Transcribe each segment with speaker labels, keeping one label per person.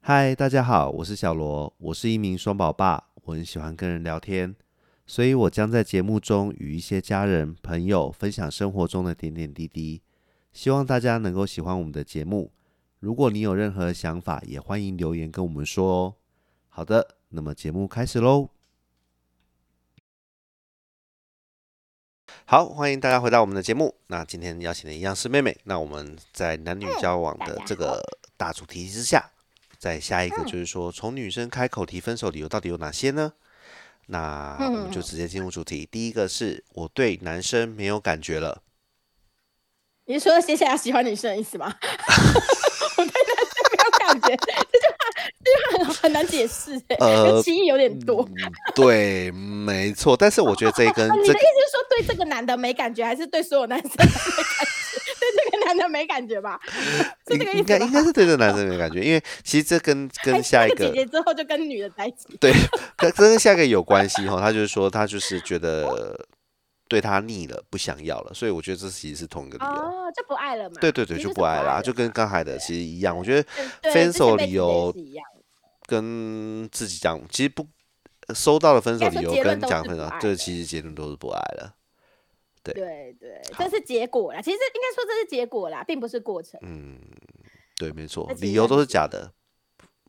Speaker 1: 嗨，大家好，我是小罗，我是一名双宝爸，我很喜欢跟人聊天，所以我将在节目中与一些家人、朋友分享生活中的点点滴滴，希望大家能够喜欢我们的节目。如果你有任何想法，也欢迎留言跟我们说哦。好的，那么节目开始喽。好，欢迎大家回到我们的节目。那今天邀请的一样是妹妹。那我们在男女交往的这个大主题之下，再下一个就是说，从女生开口提分手理由到底有哪些呢？那我们就直接进入主题。第一个是我对男生没有感觉了。
Speaker 2: 你是说接下来喜欢女生的意思吗？ 我对男生没有感觉，这句话这句话很很难解释、欸，
Speaker 1: 呃
Speaker 2: 呃，歧义有点多。
Speaker 1: 嗯对，没错。但是我觉得这一根
Speaker 2: 啊你
Speaker 1: 这
Speaker 2: 的意思是说对这个男的没感觉，还是对所有男生都没感觉？对这个男的没感觉吧？是
Speaker 1: 应
Speaker 2: 这个
Speaker 1: 嗯应
Speaker 2: 意
Speaker 1: 该
Speaker 2: 思吧
Speaker 1: 应？该是对这男生没感觉，因为其实这 跟跟下一
Speaker 2: 姐
Speaker 1: 个
Speaker 2: 姐之后就跟女的在一起，
Speaker 1: 对，跟这跟下一个有关系哈。他就是说他就是觉得对他腻了，不想要了，所以我觉得这其实是同一个理由。
Speaker 2: 哦，就不爱了嘛。
Speaker 1: 对对对，
Speaker 2: 其
Speaker 1: 就
Speaker 2: 实
Speaker 1: 不爱啦，
Speaker 2: 了
Speaker 1: 就
Speaker 2: 嘛
Speaker 1: 跟刚才的其实一样。我觉得
Speaker 2: 嗯对
Speaker 1: 分
Speaker 2: 之前
Speaker 1: 手
Speaker 2: 被
Speaker 1: 理
Speaker 2: 姐姐也
Speaker 1: 由
Speaker 2: 是一样
Speaker 1: 跟自己讲，其实不呃收到的分手
Speaker 2: 应该
Speaker 1: 理
Speaker 2: 说
Speaker 1: 由
Speaker 2: 结论
Speaker 1: 跟
Speaker 2: 都
Speaker 1: 讲
Speaker 2: 是
Speaker 1: 分
Speaker 2: 不
Speaker 1: 手
Speaker 2: 爱，
Speaker 1: 这
Speaker 2: 的
Speaker 1: 其实结论都是不爱了。
Speaker 2: 对对，
Speaker 1: 好
Speaker 2: 这是结果啦。其实应该说这是结果啦，并不是过程。
Speaker 1: 嗯，对，没错
Speaker 2: 那，其
Speaker 1: 理
Speaker 2: 实
Speaker 1: 由
Speaker 2: 还
Speaker 1: 都
Speaker 2: 是
Speaker 1: 是假的，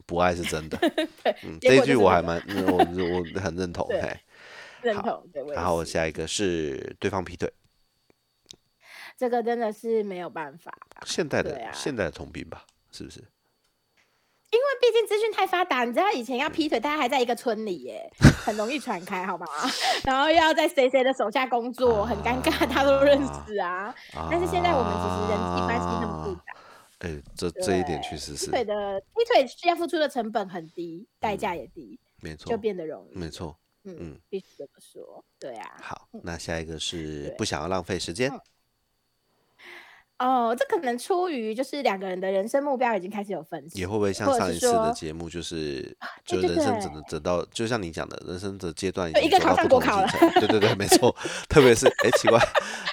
Speaker 1: 不爱是真的。
Speaker 2: 对，
Speaker 1: 嗯，
Speaker 2: 结
Speaker 1: 这一
Speaker 2: 果
Speaker 1: 句
Speaker 2: 就是
Speaker 1: 我
Speaker 2: 那
Speaker 1: 还
Speaker 2: 个
Speaker 1: 蛮，嗯我我很认同。
Speaker 2: 对
Speaker 1: 嘿，
Speaker 2: 认
Speaker 1: 好
Speaker 2: 同。对，我也
Speaker 1: 然后
Speaker 2: 是
Speaker 1: 下一个是对方劈腿，
Speaker 2: 这个真的是没有办法吧，
Speaker 1: 现代的、
Speaker 2: 对啊
Speaker 1: 现代的同病吧，是不是？
Speaker 2: 因为毕竟资讯太发达，你知道以前要劈腿，大家还在一个村里耶，很容易传开，好吗？ 然后又要在谁谁的手下工作，很尴尬，大家都认识啊。但是现在我们其实人际关系那么复
Speaker 1: 啊
Speaker 2: 杂，
Speaker 1: 哎、这这一点确实
Speaker 2: 劈
Speaker 1: 是嗯
Speaker 2: 腿的劈腿需要付出的成本很低，代价也低，
Speaker 1: 没
Speaker 2: 就
Speaker 1: 错，
Speaker 2: 变得容易。
Speaker 1: 没错。嗯
Speaker 2: 嗯，必须这么说，对啊。
Speaker 1: 好，那下一个是
Speaker 2: 对嗯
Speaker 1: 不想要浪费时间，
Speaker 2: 哦，这可能出于就是两个人的人生目标已经开始有分歧
Speaker 1: 也，会不会像
Speaker 2: 或者
Speaker 1: 上
Speaker 2: 是
Speaker 1: 一次的
Speaker 2: 说啊
Speaker 1: 节目，就是就
Speaker 2: 对
Speaker 1: 人
Speaker 2: 对
Speaker 1: 生
Speaker 2: 对
Speaker 1: 整个整到，就像你讲的，人生的阶段已
Speaker 2: 对
Speaker 1: 经
Speaker 2: 一个
Speaker 1: 走
Speaker 2: 考
Speaker 1: 到不
Speaker 2: 上国
Speaker 1: 同的
Speaker 2: 考
Speaker 1: 进程对对对，没错。特别是哎、奇 怪，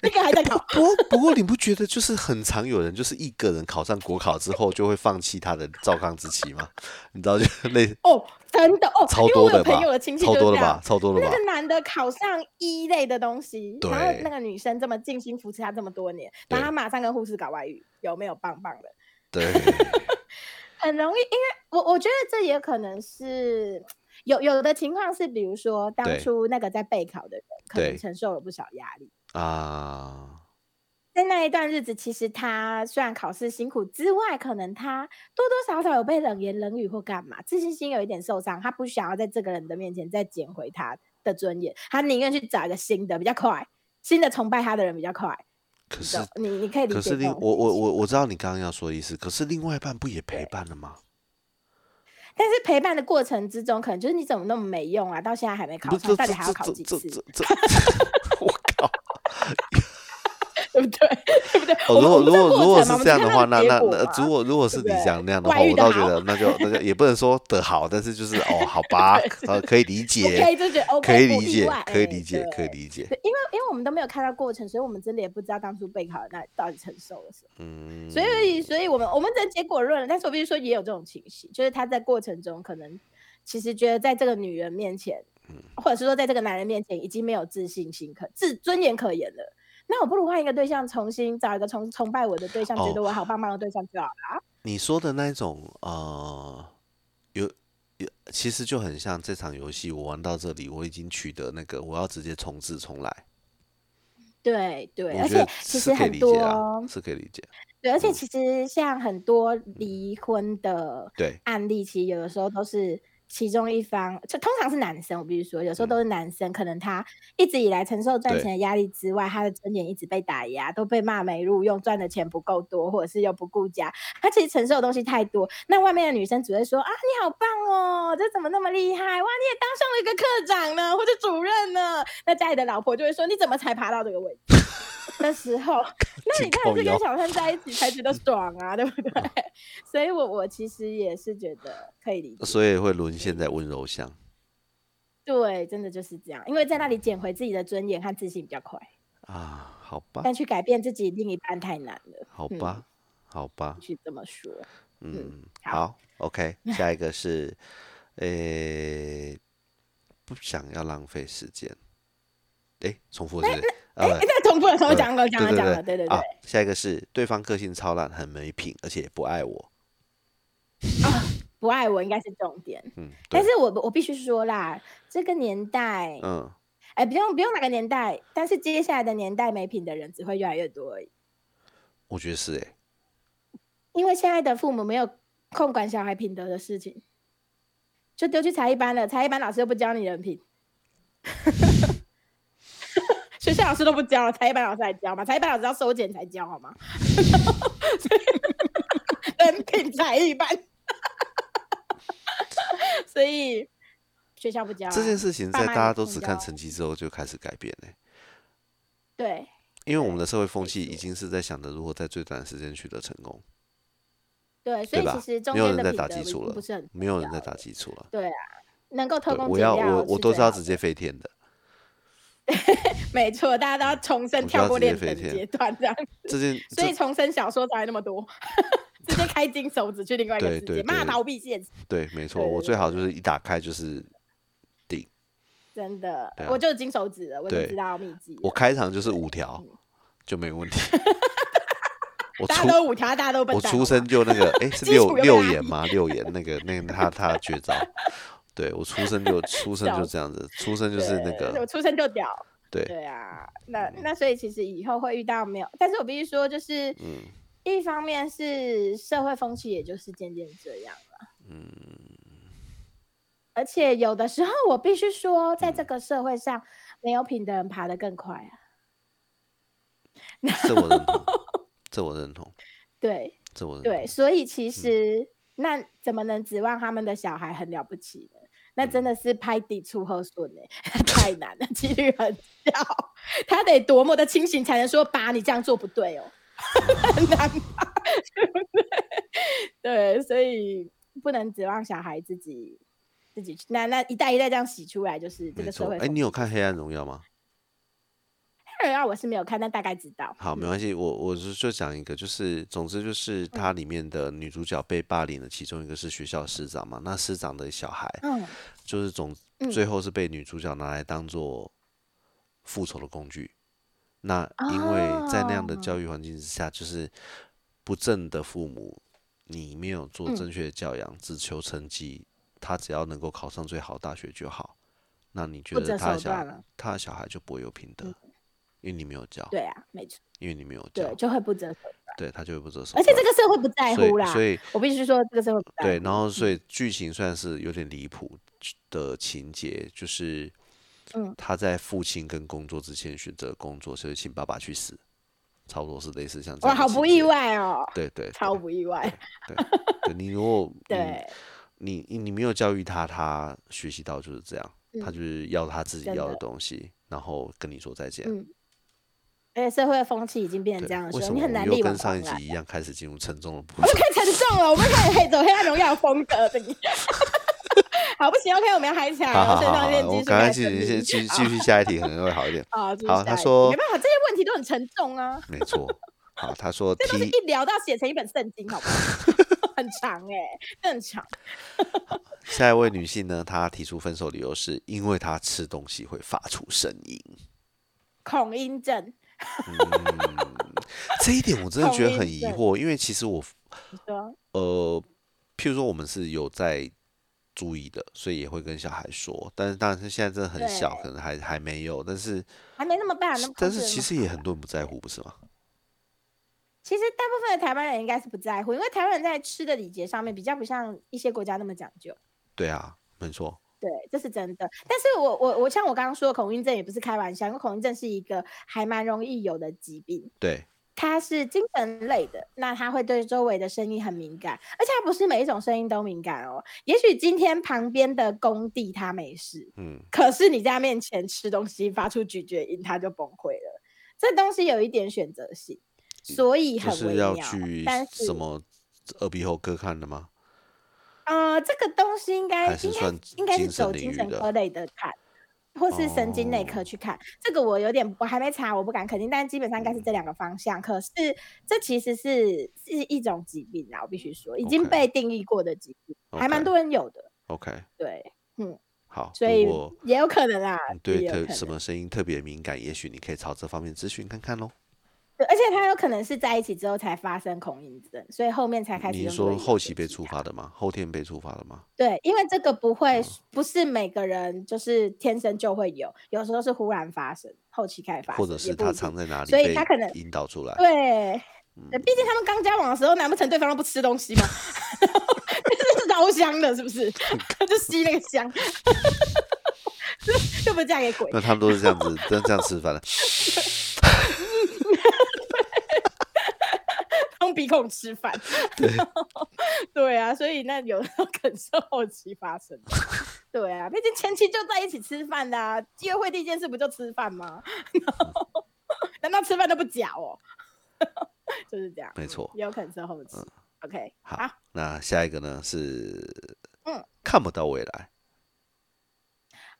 Speaker 2: 那个还在搞。
Speaker 1: 不过不过你不觉得就是很常有人就是一个人考上国考之后就会放弃他的赵康之妻吗？你知道就 类似
Speaker 2: 哦，真的哦，
Speaker 1: 超
Speaker 2: 因为
Speaker 1: 多
Speaker 2: 我有
Speaker 1: 的
Speaker 2: 朋
Speaker 1: 吧
Speaker 2: 友的亲，戚就
Speaker 1: 超
Speaker 2: 是
Speaker 1: 多
Speaker 2: 这
Speaker 1: 的
Speaker 2: 样
Speaker 1: 吧，，超多的
Speaker 2: 那
Speaker 1: 吧。
Speaker 2: 个男的考上一类的东西，然后
Speaker 1: 对
Speaker 2: 那个女生这么尽心服侍他这么多年，然后他马上跟护士搞外遇，有没有棒棒的？
Speaker 1: 对，
Speaker 2: 很容易，因为我我觉得这也可能是有有的情况是，比如说当
Speaker 1: 对
Speaker 2: 初那个在备考的人，可能
Speaker 1: 对
Speaker 2: 承受了不少压力。
Speaker 1: 啊，
Speaker 2: 在那一段日子，其实他虽然考试辛苦之外，可能他多多少少有被冷言冷语或干嘛，自信心有一点受伤，他不想要在这个人的面前再捡回他的尊严，他宁愿去找一个新的比较快，新的崇拜他的人比较快。
Speaker 1: 可
Speaker 2: 你
Speaker 1: 是
Speaker 2: 知道你你可以理
Speaker 1: 可是
Speaker 2: 解这
Speaker 1: 另
Speaker 2: 种
Speaker 1: 我我
Speaker 2: 心
Speaker 1: 我
Speaker 2: 情
Speaker 1: 我知道你刚刚要说的意思，可是另外一半不也陪伴了吗？
Speaker 2: 但是陪伴的过程之中，可能就是你怎么那么没用啊，到现在还没考
Speaker 1: 不是这
Speaker 2: 上，到底
Speaker 1: 这
Speaker 2: 还
Speaker 1: 这
Speaker 2: 要考几
Speaker 1: 这
Speaker 2: 次
Speaker 1: 这， 这这， 我靠！
Speaker 2: 对不对？ 对不对？
Speaker 1: 哦，
Speaker 2: 我
Speaker 1: 如
Speaker 2: 们
Speaker 1: 果
Speaker 2: 我们
Speaker 1: 如果如
Speaker 2: 不知道过
Speaker 1: 果
Speaker 2: 程嘛
Speaker 1: 是
Speaker 2: 我们
Speaker 1: 这样
Speaker 2: 只
Speaker 1: 的
Speaker 2: 看
Speaker 1: 话，
Speaker 2: 到
Speaker 1: 那
Speaker 2: 结
Speaker 1: 那
Speaker 2: 果
Speaker 1: 那
Speaker 2: 嘛
Speaker 1: 如果如果是
Speaker 2: 对
Speaker 1: 你
Speaker 2: 不对
Speaker 1: 讲那样的
Speaker 2: 外
Speaker 1: 话，
Speaker 2: 遇
Speaker 1: 我
Speaker 2: 的
Speaker 1: 倒觉
Speaker 2: 好
Speaker 1: 得那就 那就也不能说的好，但是就是哦，好吧，呃，可以理
Speaker 2: 可以
Speaker 1: 解，
Speaker 2: 就觉得 OK，
Speaker 1: 可以
Speaker 2: 不
Speaker 1: 理
Speaker 2: 意
Speaker 1: 解
Speaker 2: 外，
Speaker 1: 可以
Speaker 2: 哎
Speaker 1: 理解，可以
Speaker 2: 对
Speaker 1: 理解。
Speaker 2: 对，因为因为我们都没有看到过程，所以我们真的也不知道当初备考的那到底承受了什么。
Speaker 1: 嗯，
Speaker 2: 所以，所以我们我们只能结果论了。但是我必须说，也有这种情形，就是他在过程中可能其实觉得在这个女人面前，
Speaker 1: 嗯
Speaker 2: 或者是说在这个男人面前，已经没有自信心可自尊严可言了。那我不如换一个对象，重新找一个崇崇拜我的对象，
Speaker 1: 哦
Speaker 2: 觉得我好棒棒的对象就好了。
Speaker 1: 你说的那种呃，有有，其实就很像这场游戏，我玩到这里，我已经取得那个，我要直接重置重来。
Speaker 2: 对对，
Speaker 1: 我
Speaker 2: 而
Speaker 1: 觉得
Speaker 2: 且其
Speaker 1: 是
Speaker 2: 实
Speaker 1: 可以
Speaker 2: 很
Speaker 1: 理
Speaker 2: 多
Speaker 1: 解啊，是可以理解。
Speaker 2: 对，而且
Speaker 1: 嗯
Speaker 2: 其实像很多离婚的
Speaker 1: 对
Speaker 2: 案例，其实有的时候都是其中一方，就通常是男生。我必须说，有时候都是男生，可能他一直以来承受赚
Speaker 1: 嗯对
Speaker 2: 钱的压力之外，他的尊严一直被打压，都被骂没录用，赚的钱不够多，或者是又不顾家，他其实承受的东西太多。那外面的女生只会说啊，你好棒哦，这怎么那么厉害哇，你也当上了一个科长呢，或者主任呢？那家里的老婆就会说，你怎么才爬到这个位置？那时 候，那你
Speaker 1: 紧
Speaker 2: 当然
Speaker 1: 扣
Speaker 2: 是
Speaker 1: 腰
Speaker 2: 跟小三在一起才觉得爽啊，对不对？所以我我其实也是觉得可以理解，
Speaker 1: 所以会沦陷在温柔乡。
Speaker 2: 对，真的就是这样，因为在那里捡回自己的尊严和自信比较快，
Speaker 1: 啊，好吧，
Speaker 2: 但去改变自己另一半太难了，
Speaker 1: 好
Speaker 2: 嗯
Speaker 1: 吧，好吧
Speaker 2: 必，须这么说。
Speaker 1: 嗯，
Speaker 2: 好
Speaker 1: 好， OK，下一个是，呃、不想要浪费时间。诶，重复了是不是？
Speaker 2: 哎、
Speaker 1: 呃，
Speaker 2: 那重复了，重复
Speaker 1: 呃
Speaker 2: 讲了，讲了，
Speaker 1: 对
Speaker 2: 讲了，对对对
Speaker 1: 啊。，下一个是对方个性超烂，很没品，而且也不爱我。
Speaker 2: 不爱我应该是重点，
Speaker 1: 嗯，对
Speaker 2: 但，是我我必须说啦，这个年代，
Speaker 1: 嗯，
Speaker 2: 哎、不用不用哪个年代，但是接下来的年代，没品的人只会越来越多而已，
Speaker 1: 我觉得是诶，
Speaker 2: 因为现在的父母没有空管小孩品德的事情，就丢去才艺班了，才艺班老师又不教你人品。 学校老师都不教了，才艺班老师还教吗？才艺班老师要收钱才教好吗？ 人品才艺班，所以学校不教啊、
Speaker 1: 这件事情
Speaker 2: 爸
Speaker 1: 在
Speaker 2: 妈
Speaker 1: 大
Speaker 2: 也
Speaker 1: 家
Speaker 2: 不
Speaker 1: 都
Speaker 2: 能
Speaker 1: 只
Speaker 2: 教
Speaker 1: 看
Speaker 2: 我
Speaker 1: 成绩之后就开始改变嘞、
Speaker 2: 对，
Speaker 1: 因为我们的社会风
Speaker 2: 没
Speaker 1: 气已
Speaker 2: 错
Speaker 1: 经是在想着如何在最短的时间取得成功，
Speaker 2: 对，所
Speaker 1: 对
Speaker 2: 以
Speaker 1: 吧
Speaker 2: 其实？中
Speaker 1: 没有
Speaker 2: 间
Speaker 1: 人在
Speaker 2: 的品
Speaker 1: 打
Speaker 2: 德
Speaker 1: 基
Speaker 2: 已
Speaker 1: 础
Speaker 2: 经
Speaker 1: 了
Speaker 2: 不是很，
Speaker 1: 没有人在打基础了。
Speaker 2: 对啊，能够
Speaker 1: 对
Speaker 2: 偷，工
Speaker 1: 我
Speaker 2: 减
Speaker 1: 要
Speaker 2: 料
Speaker 1: 我我
Speaker 2: 是
Speaker 1: 都
Speaker 2: 最
Speaker 1: 是要
Speaker 2: 好
Speaker 1: 直
Speaker 2: 的，
Speaker 1: 接飞天的，
Speaker 2: 没错，大家都要重生
Speaker 1: 我就
Speaker 2: 跳
Speaker 1: 要
Speaker 2: 过
Speaker 1: 直接
Speaker 2: 练
Speaker 1: 飞
Speaker 2: 等
Speaker 1: 天
Speaker 2: 阶段 这样子，
Speaker 1: 这件
Speaker 2: 所以
Speaker 1: 这
Speaker 2: 重生小说才会那么多， 直接开金手指去另外一个
Speaker 1: 对
Speaker 2: 世
Speaker 1: 对
Speaker 2: 界，
Speaker 1: 对
Speaker 2: 骂逃避现实，
Speaker 1: 对没错，
Speaker 2: 对
Speaker 1: 我
Speaker 2: 对
Speaker 1: 最好就是一打开就是
Speaker 2: 真的
Speaker 1: 对，啊
Speaker 2: 我就金手指了，我就
Speaker 1: 对
Speaker 2: 知道秘籍了，
Speaker 1: 我开场就是五条就没 问题。我
Speaker 2: 嗯大
Speaker 1: 出
Speaker 2: 家都五条，大家都笨
Speaker 1: 我
Speaker 2: 蛋，
Speaker 1: 出生就那 个，哎、是
Speaker 2: 啊基
Speaker 1: 六
Speaker 2: 础有
Speaker 1: 六
Speaker 2: 点
Speaker 1: 眼吗？六眼那个那个他他的绝招，对我出生就出生就这样子，出生就是那
Speaker 2: 对我
Speaker 1: 个
Speaker 2: 出生就屌，
Speaker 1: 对，嗯
Speaker 2: 对啊，那那所以其实以后会遇到没有，但是我必须说就是。
Speaker 1: 嗯
Speaker 2: 一方面是社会风气，也就是渐渐这样了。嗯，而且有的时候我必须说，在
Speaker 1: 嗯
Speaker 2: 这个社会上，没有品的人爬得更快啊。
Speaker 1: 这我认 同，这我认同，
Speaker 2: 对
Speaker 1: 这我认同。
Speaker 2: 对，所以
Speaker 1: 嗯
Speaker 2: 其实、那怎么能指望他们的小孩很了不起呢？那
Speaker 1: 嗯
Speaker 2: 真的是拍底出后损呢、 太难了，几率很小。他得多么的清醒才能说爸，你这样做不对哦， 很难吧？ 对不对？对，所以不能指望小孩自己自己去那那一代一代这样洗出来，就是这
Speaker 1: 没
Speaker 2: 个社
Speaker 1: 错，
Speaker 2: 会
Speaker 1: 哎、
Speaker 2: 风气。
Speaker 1: 你有看《黑暗荣耀》吗？
Speaker 2: 当然啊我是没有看，但大概知道。
Speaker 1: 好，没关系，我我是就讲一个，就是总之
Speaker 2: 嗯
Speaker 1: 就是它里面的女主角被霸凌的，其中一个是学校师长嘛，那师长的小孩
Speaker 2: 嗯，
Speaker 1: 就是总
Speaker 2: 嗯
Speaker 1: 最后是被女主角拿来当做复仇的工具。那因为在那样的
Speaker 2: 哦
Speaker 1: 教育环境之下，就是不正的父母，你没有做
Speaker 2: 嗯
Speaker 1: 正确的教养，只求成绩，他只要能够考上最好大学就好。那你觉
Speaker 2: 不
Speaker 1: 得
Speaker 2: 择
Speaker 1: 他的
Speaker 2: 手
Speaker 1: 小
Speaker 2: 段
Speaker 1: 孩
Speaker 2: 了，嗯
Speaker 1: 他的小孩就不会有品德，因为你没有教，
Speaker 2: 对啊，没错，
Speaker 1: 因为你没有教
Speaker 2: 对，，就会不择手段，
Speaker 1: 对他就会不择手
Speaker 2: 而
Speaker 1: 段。
Speaker 2: 且这个社会不在
Speaker 1: 所以
Speaker 2: 乎啦。
Speaker 1: 所以
Speaker 2: 我必须说，这个社会不在
Speaker 1: 对，
Speaker 2: 乎。
Speaker 1: 然后所以剧情虽然是有点离谱的情节，就是，
Speaker 2: 嗯
Speaker 1: 他在父亲跟工作之前选择工作，所以请爸爸去死，差不多是类似像这
Speaker 2: 哇，
Speaker 1: 样的
Speaker 2: 好不
Speaker 1: 情
Speaker 2: 意
Speaker 1: 节，
Speaker 2: 外哦，
Speaker 1: 对对，
Speaker 2: 超不意外。
Speaker 1: 对对对你如果嗯
Speaker 2: 对，
Speaker 1: 你你你没有教育他，他学习到就是这样，他
Speaker 2: 嗯
Speaker 1: 就是要他自己
Speaker 2: 真
Speaker 1: 要
Speaker 2: 的
Speaker 1: 的东西，然后跟你说再见。
Speaker 2: 嗯而且社会的风气已经变成
Speaker 1: 对
Speaker 2: 这样，的
Speaker 1: 为
Speaker 2: 时
Speaker 1: 什
Speaker 2: 候，
Speaker 1: 么我
Speaker 2: 你很
Speaker 1: 们
Speaker 2: 难
Speaker 1: 又
Speaker 2: 力挽
Speaker 1: 跟
Speaker 2: 狂
Speaker 1: 上一
Speaker 2: 澜
Speaker 1: 集。一样开始进入沉重的部
Speaker 2: 我们
Speaker 1: 分？
Speaker 2: 可以沉重了，我们可以可以走黑暗荣耀的风格的你。 好，不行，OK，我们要嗨起来
Speaker 1: 好好
Speaker 2: 了，
Speaker 1: 好
Speaker 2: 肾
Speaker 1: 好
Speaker 2: 上
Speaker 1: 好，
Speaker 2: 腺
Speaker 1: 我
Speaker 2: 激素
Speaker 1: 赶快
Speaker 2: 开
Speaker 1: 继
Speaker 2: 始分
Speaker 1: 续
Speaker 2: 泌。
Speaker 1: 先继续继续下一题，可能会好一点。
Speaker 2: 好，继续
Speaker 1: 好
Speaker 2: 下
Speaker 1: 他
Speaker 2: 一题
Speaker 1: 说
Speaker 2: 没办法，这些问题都很沉重啊，
Speaker 1: 没错，好，他 说
Speaker 2: 这东西
Speaker 1: 提
Speaker 2: 一聊到写成一本圣经，好不好？很长哎、这很长。
Speaker 1: 下一位女性呢，她提出分手理由是因为她吃东西会发出声音。
Speaker 2: 恐音症，
Speaker 1: 这一点我真的觉得很疑
Speaker 2: 同意
Speaker 1: 惑，因为其实我
Speaker 2: 你说，
Speaker 1: 呃，譬如说我们是有在注意的，所以也会跟小孩说，但是当然是现在真的很小，可能还还没有，但是
Speaker 2: 还没那么大，那么
Speaker 1: 但是其
Speaker 2: 实。
Speaker 1: 实也很多人不在乎，不是吗？
Speaker 2: 其实大部分的台湾人应该是不在乎，因为台湾人在吃的礼节上面比较不像一些国家那么讲究。
Speaker 1: 对啊，没错，
Speaker 2: 对，这是真的。但是我我我像我刚刚说的恐晕症也不是开玩笑，因为恐晕症是一个还蛮容易有的疾病，
Speaker 1: 对，
Speaker 2: 它是精神类的，那它会对周围的声音很敏感，而且它不是每一种声音都敏感哦。也许今天旁边的工地它没事，
Speaker 1: 嗯，
Speaker 2: 可是你在它面前吃东西发出咀嚼音，它就崩溃了。这东西有一点选择性，所
Speaker 1: 嗯
Speaker 2: 以
Speaker 1: 就
Speaker 2: 很微
Speaker 1: 是
Speaker 2: 妙
Speaker 1: 要。去
Speaker 2: 但是
Speaker 1: 什么耳鼻喉科看的吗？
Speaker 2: 呃，这个东西应该
Speaker 1: 还是
Speaker 2: 应该
Speaker 1: 算
Speaker 2: 应该是
Speaker 1: 精神
Speaker 2: 走
Speaker 1: 领
Speaker 2: 精
Speaker 1: 域
Speaker 2: 神
Speaker 1: 的哦
Speaker 2: 科类的看，或是神经内科去看。这个我有点我还没查，我不敢肯定，但基本上应该是
Speaker 1: 嗯
Speaker 2: 这两个方向。可是这其实是是一种疾病啊，我必须说，已经
Speaker 1: OK
Speaker 2: 被定义过的疾病还蛮
Speaker 1: OK
Speaker 2: 多人有的。
Speaker 1: OK，
Speaker 2: 对，
Speaker 1: 好，
Speaker 2: 所以
Speaker 1: 如果
Speaker 2: 也有可能啦。
Speaker 1: 你对
Speaker 2: 也有可
Speaker 1: 特
Speaker 2: 能
Speaker 1: 什么声音特别敏感，也许你可以朝这方面咨询看看喽。
Speaker 2: 对，而且他有可能是在一起之后才发生恐孕症，所以后面才开始。
Speaker 1: 你是说后期被触？发的吗？后天被触发的吗？
Speaker 2: 对，因为这个不会
Speaker 1: 哦，
Speaker 2: 不是每个人就是天生就会有，有时候是忽然发生，后期开始发生，
Speaker 1: 或者
Speaker 2: 也
Speaker 1: 是他
Speaker 2: 不一定
Speaker 1: 藏在哪里
Speaker 2: 所以
Speaker 1: 被
Speaker 2: 他可能
Speaker 1: 引导出来？嗯
Speaker 2: 对。对毕竟他们刚交往的时候，难不成对方都不吃东西吗？ 这是烧香的，是不是？ 就吸那个香， 就不嫁给鬼。
Speaker 1: 那他们都是这样子，都这样吃饭的。
Speaker 2: 用鼻孔 吃饭。 对啊，所以那有时候可能是后期发生的。对啊，毕竟前期就在一起吃饭的、啊，约会第一件事不就吃饭吗？难道吃饭都不假哦？ 就是这样，
Speaker 1: 没错嗯
Speaker 2: 也有可能是后期。OK，
Speaker 1: 好，那下一个呢是，
Speaker 2: 嗯
Speaker 1: 看不到未来，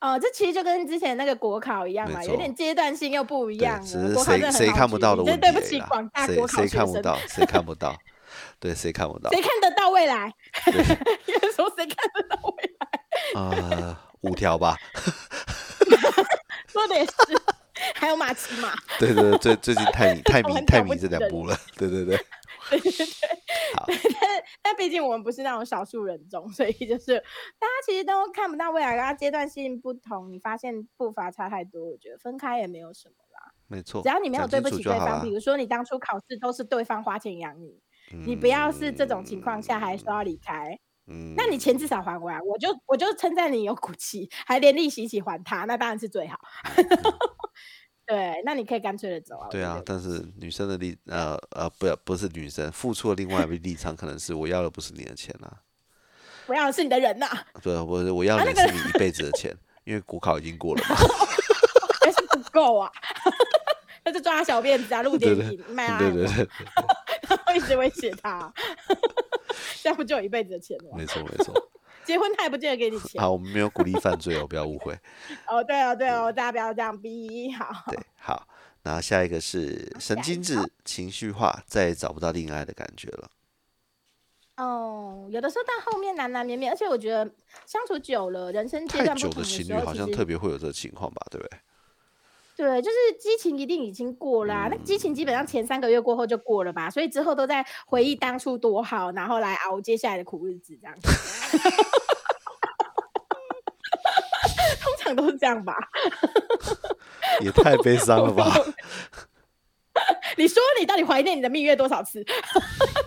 Speaker 2: 哦，这其实就跟之前那个国考一样嘛，
Speaker 1: 没
Speaker 2: 有点
Speaker 1: 错
Speaker 2: 阶段性又不一
Speaker 1: 对
Speaker 2: 样，了。啊
Speaker 1: 只是
Speaker 2: 国考
Speaker 1: 谁
Speaker 2: 真的很
Speaker 1: 谁
Speaker 2: 好
Speaker 1: 看不
Speaker 2: 举
Speaker 1: 到的
Speaker 2: 你
Speaker 1: 问题
Speaker 2: 真对
Speaker 1: 而
Speaker 2: 不
Speaker 1: 已
Speaker 2: 起
Speaker 1: 啦
Speaker 2: 广大
Speaker 1: 谁
Speaker 2: 国考
Speaker 1: 谁
Speaker 2: 学
Speaker 1: 看
Speaker 2: 生，
Speaker 1: 不 到，谁看不到，对，谁看不到
Speaker 2: 谁看得到未来？ 有人说谁看得到未来？
Speaker 1: 啊？五条吧，
Speaker 2: 说的也是，还有马奇马。
Speaker 1: 对对对，最最近太迷太
Speaker 2: 我
Speaker 1: 迷
Speaker 2: 很
Speaker 1: 太
Speaker 2: 了不
Speaker 1: 迷这
Speaker 2: 起
Speaker 1: 两
Speaker 2: 的
Speaker 1: 部了，对对对，
Speaker 2: 但但毕竟我们不是那种少数人中，所以就是大家其实都看不到未来，然后阶段性不同，你发现步伐差太多，我觉得分开也没有什么啦。
Speaker 1: 没错，
Speaker 2: 只要你没有
Speaker 1: 讲
Speaker 2: 对不
Speaker 1: 清楚
Speaker 2: 起
Speaker 1: 就
Speaker 2: 对
Speaker 1: 好
Speaker 2: 方，
Speaker 1: 啦
Speaker 2: 比如说你当初考试都是对方花钱养你，你不要是这种情况下还说要离开，
Speaker 1: 嗯，
Speaker 2: 那你钱至少还回来，我就我就称赞你有骨气，还连利息一起还他，那当然是最好。 对，那你可以干脆的走啊。我
Speaker 1: 对
Speaker 2: 觉
Speaker 1: 啊
Speaker 2: 得，
Speaker 1: 但是女生的立呃呃不不是女生付出的另外一个立场可能是我要的不是你的钱啊，
Speaker 2: 不要是你的人呐、
Speaker 1: 对我我要的
Speaker 2: 啊那
Speaker 1: 是你一辈子的钱，因为国考已经过了嘛，
Speaker 2: 还是不够啊。 那就抓他小辫子啊，录
Speaker 1: 对
Speaker 2: 电
Speaker 1: 对
Speaker 2: 影卖他
Speaker 1: 对
Speaker 2: 按摩
Speaker 1: 对对，
Speaker 2: 然后一直威胁他，这样不就有一辈子的钱了吗？
Speaker 1: 没错没 错。
Speaker 2: 结婚他也不见得给你钱。
Speaker 1: 好，我们没有鼓励犯罪哦，不要误会。
Speaker 2: 哦，对哦，对哦，大家不要这样逼。好，
Speaker 1: 对，好，然后下一个是神经质、情绪化，再也找不到恋爱的感觉了。
Speaker 2: 哦，有的时候到后面难难免免，而且我觉得相处久了，人生阶
Speaker 1: 太
Speaker 2: 段不
Speaker 1: 久
Speaker 2: 同
Speaker 1: 的情
Speaker 2: 时
Speaker 1: 侣
Speaker 2: 候，
Speaker 1: 好
Speaker 2: 其
Speaker 1: 像
Speaker 2: 实
Speaker 1: 特别会有这个情况吧，对不对？
Speaker 2: 对，就是激情一定已经过啦、那激情基本上前三个月过后就过了吧，所以之后都在回忆当初多好，然后来熬接下来的苦日子，这样子。 通常都是这样吧？！
Speaker 1: 也太悲伤了吧
Speaker 2: 你说你到底怀念你的蜜月多少次？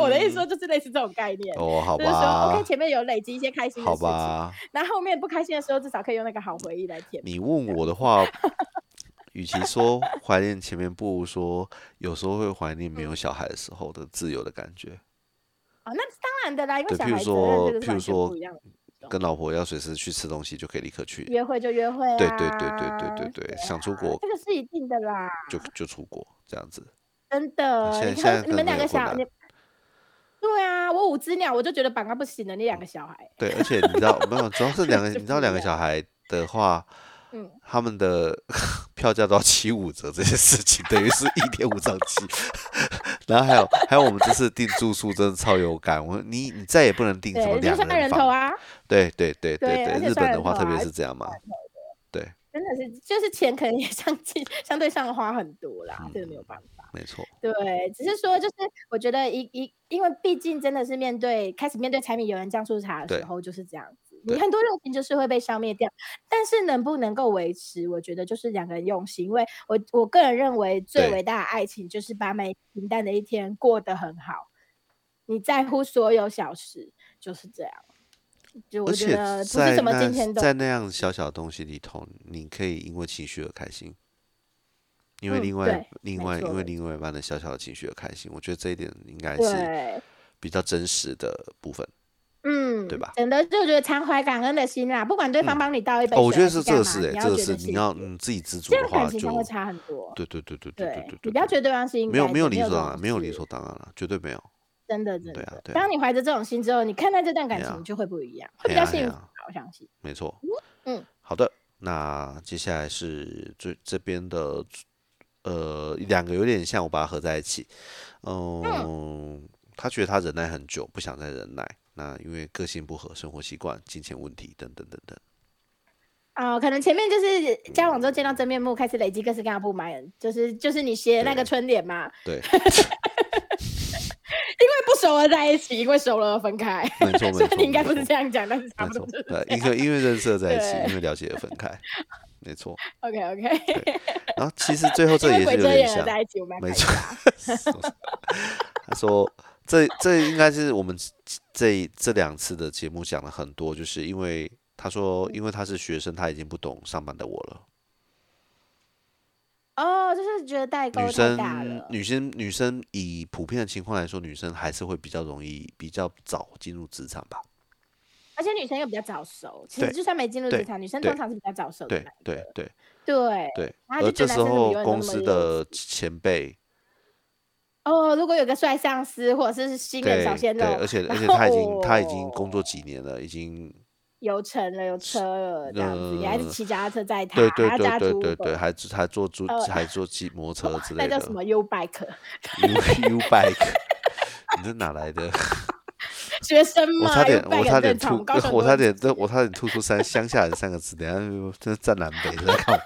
Speaker 2: 我的意思说就是类似这种概念，
Speaker 1: 嗯哦，好
Speaker 2: 就是说
Speaker 1: 吧
Speaker 2: OK，，前面有累积一些开心的
Speaker 1: 好
Speaker 2: 事情，
Speaker 1: 吧，
Speaker 2: 那后面不开心的时候，至少可以用那个好回忆来填。
Speaker 1: 你问我的话，与其说怀念前面，不如说有时候会怀念没有小孩的时候的自由的感觉。
Speaker 2: 哦，那是当然的啦，因为
Speaker 1: 对，
Speaker 2: 小
Speaker 1: 譬如
Speaker 2: 孩责任
Speaker 1: 说
Speaker 2: 这个，
Speaker 1: 譬
Speaker 2: 是
Speaker 1: 如
Speaker 2: 完全
Speaker 1: 说
Speaker 2: 不一样的。
Speaker 1: 跟老婆要随时去吃东西，就可以立刻去。
Speaker 2: 约会就约会啊，
Speaker 1: 对对对对对对对，想出
Speaker 2: 啊
Speaker 1: 国
Speaker 2: 这个是一定的啦，
Speaker 1: 就就出国这样子。
Speaker 2: 真的。
Speaker 1: 现在
Speaker 2: 你
Speaker 1: 现在
Speaker 2: 看
Speaker 1: 可
Speaker 2: 你们
Speaker 1: 能
Speaker 2: 两
Speaker 1: 有困
Speaker 2: 个小，
Speaker 1: 难
Speaker 2: 你对啊，我五只鸟我就觉得绑到不行了，你
Speaker 1: 嗯
Speaker 2: 两个小孩，
Speaker 1: 对，而且你知道没有？主要是 两个，
Speaker 2: 是
Speaker 1: 你知
Speaker 2: 不
Speaker 1: 道
Speaker 2: 一
Speaker 1: 两个
Speaker 2: 样
Speaker 1: 小孩的话，
Speaker 2: 嗯，
Speaker 1: 他们的 票价都要七五折，这件事情等于是一点五张七。 然后还有还有，我们这次订住宿真的超有感，我你你再也不能订什么
Speaker 2: 对，就
Speaker 1: 两
Speaker 2: 算
Speaker 1: 人
Speaker 2: 人头
Speaker 1: 房，
Speaker 2: 啊，
Speaker 1: 对对对
Speaker 2: 对而
Speaker 1: 对，
Speaker 2: 且
Speaker 1: 日本
Speaker 2: 算
Speaker 1: 的
Speaker 2: 人
Speaker 1: 话
Speaker 2: 头
Speaker 1: 特别
Speaker 2: 啊
Speaker 1: 是这样嘛，对，
Speaker 2: 真的是就是钱可能也相近，相对上花很多啦，
Speaker 1: 嗯
Speaker 2: 这个没有办法。
Speaker 1: 没错，
Speaker 2: 对，只是说就是我觉得一一，因为毕竟真的是面对开始面对柴米油盐酱醋茶的
Speaker 1: 对
Speaker 2: 时候就是这样子，
Speaker 1: 对
Speaker 2: 你很多热情就是会被消灭掉。但是能不能够维持，我觉得就是两个人用心，因为我我个人认为最
Speaker 1: 对
Speaker 2: 伟大的爱情就是把每平淡的一天过得很好，你在乎所有小事，就是这样。就我
Speaker 1: 而
Speaker 2: 觉
Speaker 1: 且
Speaker 2: 得不是
Speaker 1: 在
Speaker 2: 什么今
Speaker 1: 那
Speaker 2: 天都
Speaker 1: 在那样小小的东西里头，你可以因为情绪而开心，因为
Speaker 2: 嗯
Speaker 1: 另外
Speaker 2: 对
Speaker 1: 另
Speaker 2: 没
Speaker 1: 外因
Speaker 2: 错
Speaker 1: 为
Speaker 2: 没
Speaker 1: 另外一半的小小的情绪而开心，我觉得这一点应该是。
Speaker 2: 对。
Speaker 1: 比较真实的部分。
Speaker 2: 嗯，
Speaker 1: 对吧
Speaker 2: 真的就觉得常怀感恩的心啦，不管对方帮你倒一杯
Speaker 1: 哦，
Speaker 2: 水还干嘛、
Speaker 1: 我觉得是这个是
Speaker 2: 你
Speaker 1: 哎，
Speaker 2: 要
Speaker 1: 这个
Speaker 2: 觉
Speaker 1: 是
Speaker 2: 得
Speaker 1: 你
Speaker 2: 幸
Speaker 1: 要
Speaker 2: 福
Speaker 1: 嗯自己自主
Speaker 2: 这
Speaker 1: 的
Speaker 2: 样感
Speaker 1: 话
Speaker 2: 情
Speaker 1: 就
Speaker 2: 上会差很多。
Speaker 1: 对对对对对
Speaker 2: 对
Speaker 1: 对，
Speaker 2: 你
Speaker 1: 对
Speaker 2: 不要
Speaker 1: 对
Speaker 2: 觉得对方是应
Speaker 1: 没
Speaker 2: 该
Speaker 1: 有
Speaker 2: 的
Speaker 1: 没有理
Speaker 2: 这
Speaker 1: 所当
Speaker 2: 种
Speaker 1: 然，没有理
Speaker 2: 事
Speaker 1: 所当然了，绝对没有。
Speaker 2: 真的真
Speaker 1: 对
Speaker 2: 的。
Speaker 1: 啊对啊
Speaker 2: 当你怀着这种心之后，你看待这段感
Speaker 1: 对啊
Speaker 2: 情就会不一样，会比
Speaker 1: 嘿
Speaker 2: 较
Speaker 1: 啊嘿
Speaker 2: 幸福
Speaker 1: 啊
Speaker 2: 吧，我相信。
Speaker 1: 没错。
Speaker 2: 嗯，
Speaker 1: 好的，那接下来是最这边的，呃，两个有点像，我把它合在一起。嗯，他觉得他忍耐很久，不想再忍耐。那因为个性不合、生活习惯、金钱问题等等等等。
Speaker 2: 哦，可能前面就是
Speaker 1: 嗯
Speaker 2: 交往之后见到真面目，开始累积各式各样的不满，就是就是你写的那个春联嘛，
Speaker 1: 对，
Speaker 2: 因为不熟而在一起，因为熟了而分开。
Speaker 1: 没错没
Speaker 2: 虽
Speaker 1: 错
Speaker 2: 然你应该不
Speaker 1: 没
Speaker 2: 是
Speaker 1: 错
Speaker 2: 这样讲，但是差
Speaker 1: 没
Speaker 2: 不
Speaker 1: 错
Speaker 2: 多就是。
Speaker 1: 对，呃因为因为认识了在一起，
Speaker 2: 对
Speaker 1: 因为了解而分开， 没错。
Speaker 2: OK OK，
Speaker 1: 然后其实最后这
Speaker 2: 因
Speaker 1: 也
Speaker 2: 为
Speaker 1: 是有
Speaker 2: 鬼遮
Speaker 1: 点
Speaker 2: 眼
Speaker 1: 像
Speaker 2: 而，在一起，我们要
Speaker 1: 没
Speaker 2: 看一
Speaker 1: 错
Speaker 2: 下。。啊
Speaker 1: 他说：“这这应该是我们这这两次的节目讲了很多，就是因为他说，因为他是学生，他已经不懂上班的我了。
Speaker 2: 哦，就是觉得代沟
Speaker 1: 女
Speaker 2: 太大
Speaker 1: 生
Speaker 2: 了，。
Speaker 1: 女生，女生以普遍的情况来说，女生还是会比较容易、比较早进入职场吧？
Speaker 2: 而且女生又比较早熟，其实
Speaker 1: 对
Speaker 2: 就算没进入
Speaker 1: 对
Speaker 2: 职场，女生
Speaker 1: 对
Speaker 2: 通常是比较早熟的
Speaker 1: 对
Speaker 2: 那一
Speaker 1: 对
Speaker 2: 个。
Speaker 1: 对
Speaker 2: 哦对
Speaker 1: 对。
Speaker 2: 然后
Speaker 1: 而
Speaker 2: 就
Speaker 1: 这
Speaker 2: 觉得
Speaker 1: 时
Speaker 2: 男生怎么
Speaker 1: 候
Speaker 2: 永远都那
Speaker 1: 公
Speaker 2: 么
Speaker 1: 司
Speaker 2: 幼
Speaker 1: 的前辈，
Speaker 2: 哦，如果有个帅上司或者是新人
Speaker 1: 对
Speaker 2: 小鲜肉
Speaker 1: 对，，而且而且
Speaker 2: 然后
Speaker 1: 他已经他已经工作几年了，已经
Speaker 2: 有成了，有车了这样子，你还是
Speaker 1: 呃
Speaker 2: 骑脚踏车载他，
Speaker 1: 对对
Speaker 2: 还要
Speaker 1: 对
Speaker 2: 加
Speaker 1: 对
Speaker 2: 租
Speaker 1: 对对，
Speaker 2: Uber，
Speaker 1: 还还坐租
Speaker 2: 呃
Speaker 1: 还坐骑 摩托车之
Speaker 2: 那
Speaker 1: 类
Speaker 2: 叫
Speaker 1: 的。
Speaker 2: 什么 U bike？
Speaker 1: U U bike，你这哪来的？
Speaker 2: 学生
Speaker 1: 我
Speaker 2: 嘛
Speaker 1: 差点
Speaker 2: ，U
Speaker 1: 我
Speaker 2: bike
Speaker 1: 差
Speaker 2: 很
Speaker 1: 点
Speaker 2: 正
Speaker 1: 吐
Speaker 2: 常， 高雄，很
Speaker 1: 我
Speaker 2: 多
Speaker 1: 差
Speaker 2: 人
Speaker 1: 点这我差点吐出三乡下人三个字，等一下真站南北在 看我。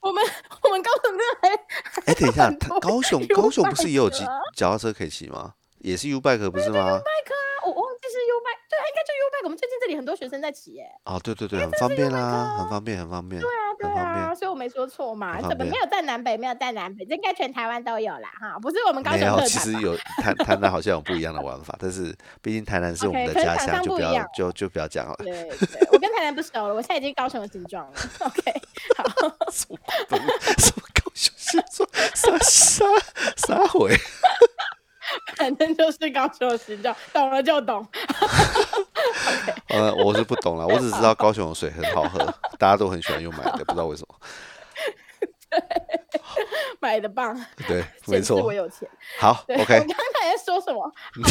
Speaker 2: 我们我们高中真的还
Speaker 1: 哎，等一下，
Speaker 2: 很
Speaker 1: 他
Speaker 2: 多
Speaker 1: 高雄
Speaker 2: U
Speaker 1: 高雄不是也有骑
Speaker 2: bike 啊
Speaker 1: 脚踏车可以骑吗？也是 U bike 不是吗？
Speaker 2: bike 啊，我我忘记是 U bike，对啊，应该就 U bike。我们最近这里很多学生在骑耶、
Speaker 1: 哦，对对对，很方便啦，很方便，很方便。
Speaker 2: 啊对
Speaker 1: 很
Speaker 2: 啊，对
Speaker 1: 方便
Speaker 2: 啊，所以我没说错嘛，
Speaker 1: 很方
Speaker 2: 怎么
Speaker 1: 便
Speaker 2: 没有在南北，没有在南北，这应该全台湾都有啦哈，不是我们高
Speaker 1: 没
Speaker 2: 雄特
Speaker 1: 有，
Speaker 2: 产
Speaker 1: 其实
Speaker 2: 吧
Speaker 1: 有台台南好像有不一样的玩法，但是毕竟台南是我们
Speaker 2: OK，
Speaker 1: 的
Speaker 2: 可
Speaker 1: 家
Speaker 2: 能厂
Speaker 1: 乡，
Speaker 2: 商
Speaker 1: 就
Speaker 2: 不
Speaker 1: 不
Speaker 2: 一
Speaker 1: 要
Speaker 2: 样
Speaker 1: 就就不要讲了。
Speaker 2: 对对，我跟台南不熟了，我现在已经高雄的形状了。OK，好，
Speaker 1: 什么鬼东西什么高雄星座？啥啥啥回？
Speaker 2: 反正就是高雄的形状，懂了就懂。
Speaker 1: 呃，我是不懂啦，我只知道高雄的水很好喝，大家都很喜欢用买的，不知道为什么。
Speaker 2: 买的棒，
Speaker 1: 对，没
Speaker 2: 显示
Speaker 1: 错
Speaker 2: 我。有钱。
Speaker 1: 好
Speaker 2: 对我
Speaker 1: ，OK，
Speaker 2: 刚才在说什么？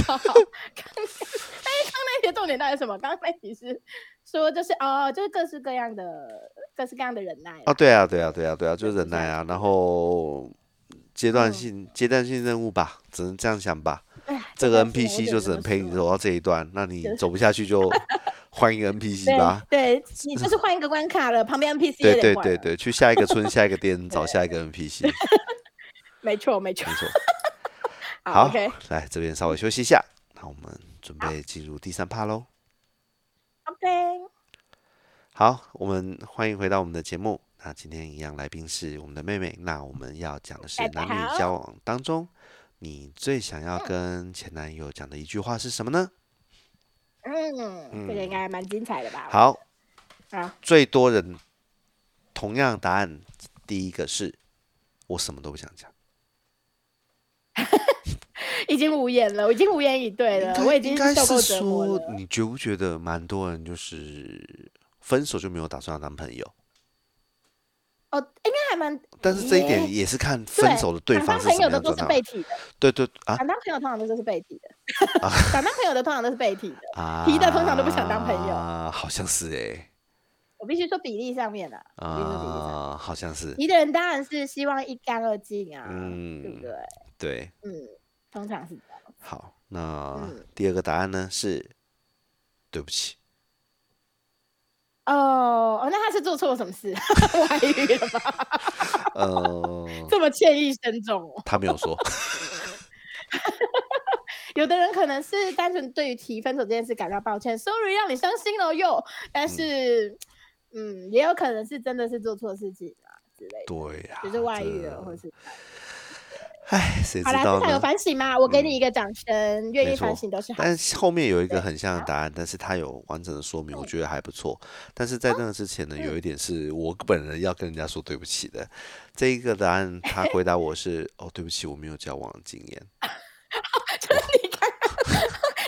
Speaker 2: 好好好，刚哎刚那些重点到底是什么？刚刚那题是说就是哦，就是各式各样的各式各样的忍耐啦。
Speaker 1: 哦，对啊，对啊，对啊，对啊，就
Speaker 2: 对
Speaker 1: 忍
Speaker 2: 不是
Speaker 1: 耐啊
Speaker 2: 很，
Speaker 1: 然后阶段
Speaker 2: 嗯
Speaker 1: 性阶段性任务吧，只能这样想吧。
Speaker 2: 哎
Speaker 1: 这
Speaker 2: 真
Speaker 1: 个
Speaker 2: 的是我
Speaker 1: NPC
Speaker 2: 只
Speaker 1: 就
Speaker 2: 能
Speaker 1: 只能
Speaker 2: 这么
Speaker 1: 陪你
Speaker 2: 说
Speaker 1: 走到这一段，那你
Speaker 2: 是
Speaker 1: 走不下去就换一个 NPC 吧。
Speaker 2: 对对，你就是换一个关卡了，旁边 NPC
Speaker 1: 对
Speaker 2: 也
Speaker 1: 对
Speaker 2: 得换啊
Speaker 1: 对
Speaker 2: 了，
Speaker 1: 对，去下一个 村、下一个店找下一个 NPC，没
Speaker 2: 没错没错。
Speaker 1: 错。
Speaker 2: 好
Speaker 1: 好
Speaker 2: ，OK，
Speaker 1: 来这边稍微休息一下，那我们准备进入第三趴喽。
Speaker 2: OK，
Speaker 1: 好，我们欢迎回到我们的节目。那今天一样来宾是我们的妹妹，那我们要讲的是
Speaker 2: 大
Speaker 1: 男
Speaker 2: 家
Speaker 1: 女
Speaker 2: 好
Speaker 1: 交往当中，你最想要
Speaker 2: 嗯
Speaker 1: 跟前男友讲的一句话是什么呢？
Speaker 2: 嗯，这个应该蛮精彩的吧？
Speaker 1: 好，
Speaker 2: 好，
Speaker 1: 最多人同样答案，第一个是我什么都不想讲，
Speaker 2: 已经无言了，我已经无言以对了
Speaker 1: 应，该
Speaker 2: 我已经
Speaker 1: 应该
Speaker 2: 受够
Speaker 1: 是
Speaker 2: 折磨
Speaker 1: 说，
Speaker 2: 了。
Speaker 1: 你觉不觉得蛮多人就是分手就没有打算要当朋友？
Speaker 2: 哦，应该还蛮
Speaker 1: 但是这一点
Speaker 2: 耶
Speaker 1: 也是看分手的对
Speaker 2: 想
Speaker 1: 方
Speaker 2: 啊
Speaker 1: 是
Speaker 2: 当
Speaker 1: 什
Speaker 2: 朋
Speaker 1: 么样
Speaker 2: 友的
Speaker 1: 的
Speaker 2: 都
Speaker 1: 状
Speaker 2: 是
Speaker 1: 态啊
Speaker 2: 被。踢的，
Speaker 1: 对对啊
Speaker 2: 想当朋友通常都是被踢的， 想当朋友的通常都是被踢的。
Speaker 1: 啊！
Speaker 2: 提的通常都不想当朋友
Speaker 1: 啊，好像是哎、
Speaker 2: 我必须说比例上面的，比例上面
Speaker 1: 啊，好像是，
Speaker 2: 提的人当然是希望一干二净啊，对不
Speaker 1: 嗯
Speaker 2: 对？，
Speaker 1: 对，
Speaker 2: 嗯，通常是这样。
Speaker 1: 好，那
Speaker 2: 嗯
Speaker 1: 第二个答案呢是，对不起，
Speaker 2: 哦哦，那他是做错了什么事？ 外遇了吗？
Speaker 1: 呃，
Speaker 2: 这么歉意深重哦。
Speaker 1: 他没有说，
Speaker 2: 有的人可能是单纯对于提分手这件事感到抱歉，sorry 让你伤心了哟。但是，嗯也有可能是真的是做错事情啊之类的，
Speaker 1: 对呀、
Speaker 2: 就是外遇
Speaker 1: 这
Speaker 2: 了，或是
Speaker 1: 唉，谁
Speaker 2: 好
Speaker 1: 知
Speaker 2: 啦，
Speaker 1: 道
Speaker 2: 至少有
Speaker 1: 呢？
Speaker 2: 反省嘛。我给
Speaker 1: 嗯
Speaker 2: 你一个掌声，愿
Speaker 1: 没
Speaker 2: 意
Speaker 1: 错
Speaker 2: 反省都是好。
Speaker 1: 但是后面有一个很像的答案，但是它有完整的说明，我觉得还不错。但是
Speaker 2: 哦
Speaker 1: 在那个之前呢，有
Speaker 2: 嗯
Speaker 1: 一点是我本人要跟人家说对不起的。这一个答案，他回答我是哦，对不起，我没有交往的经 验。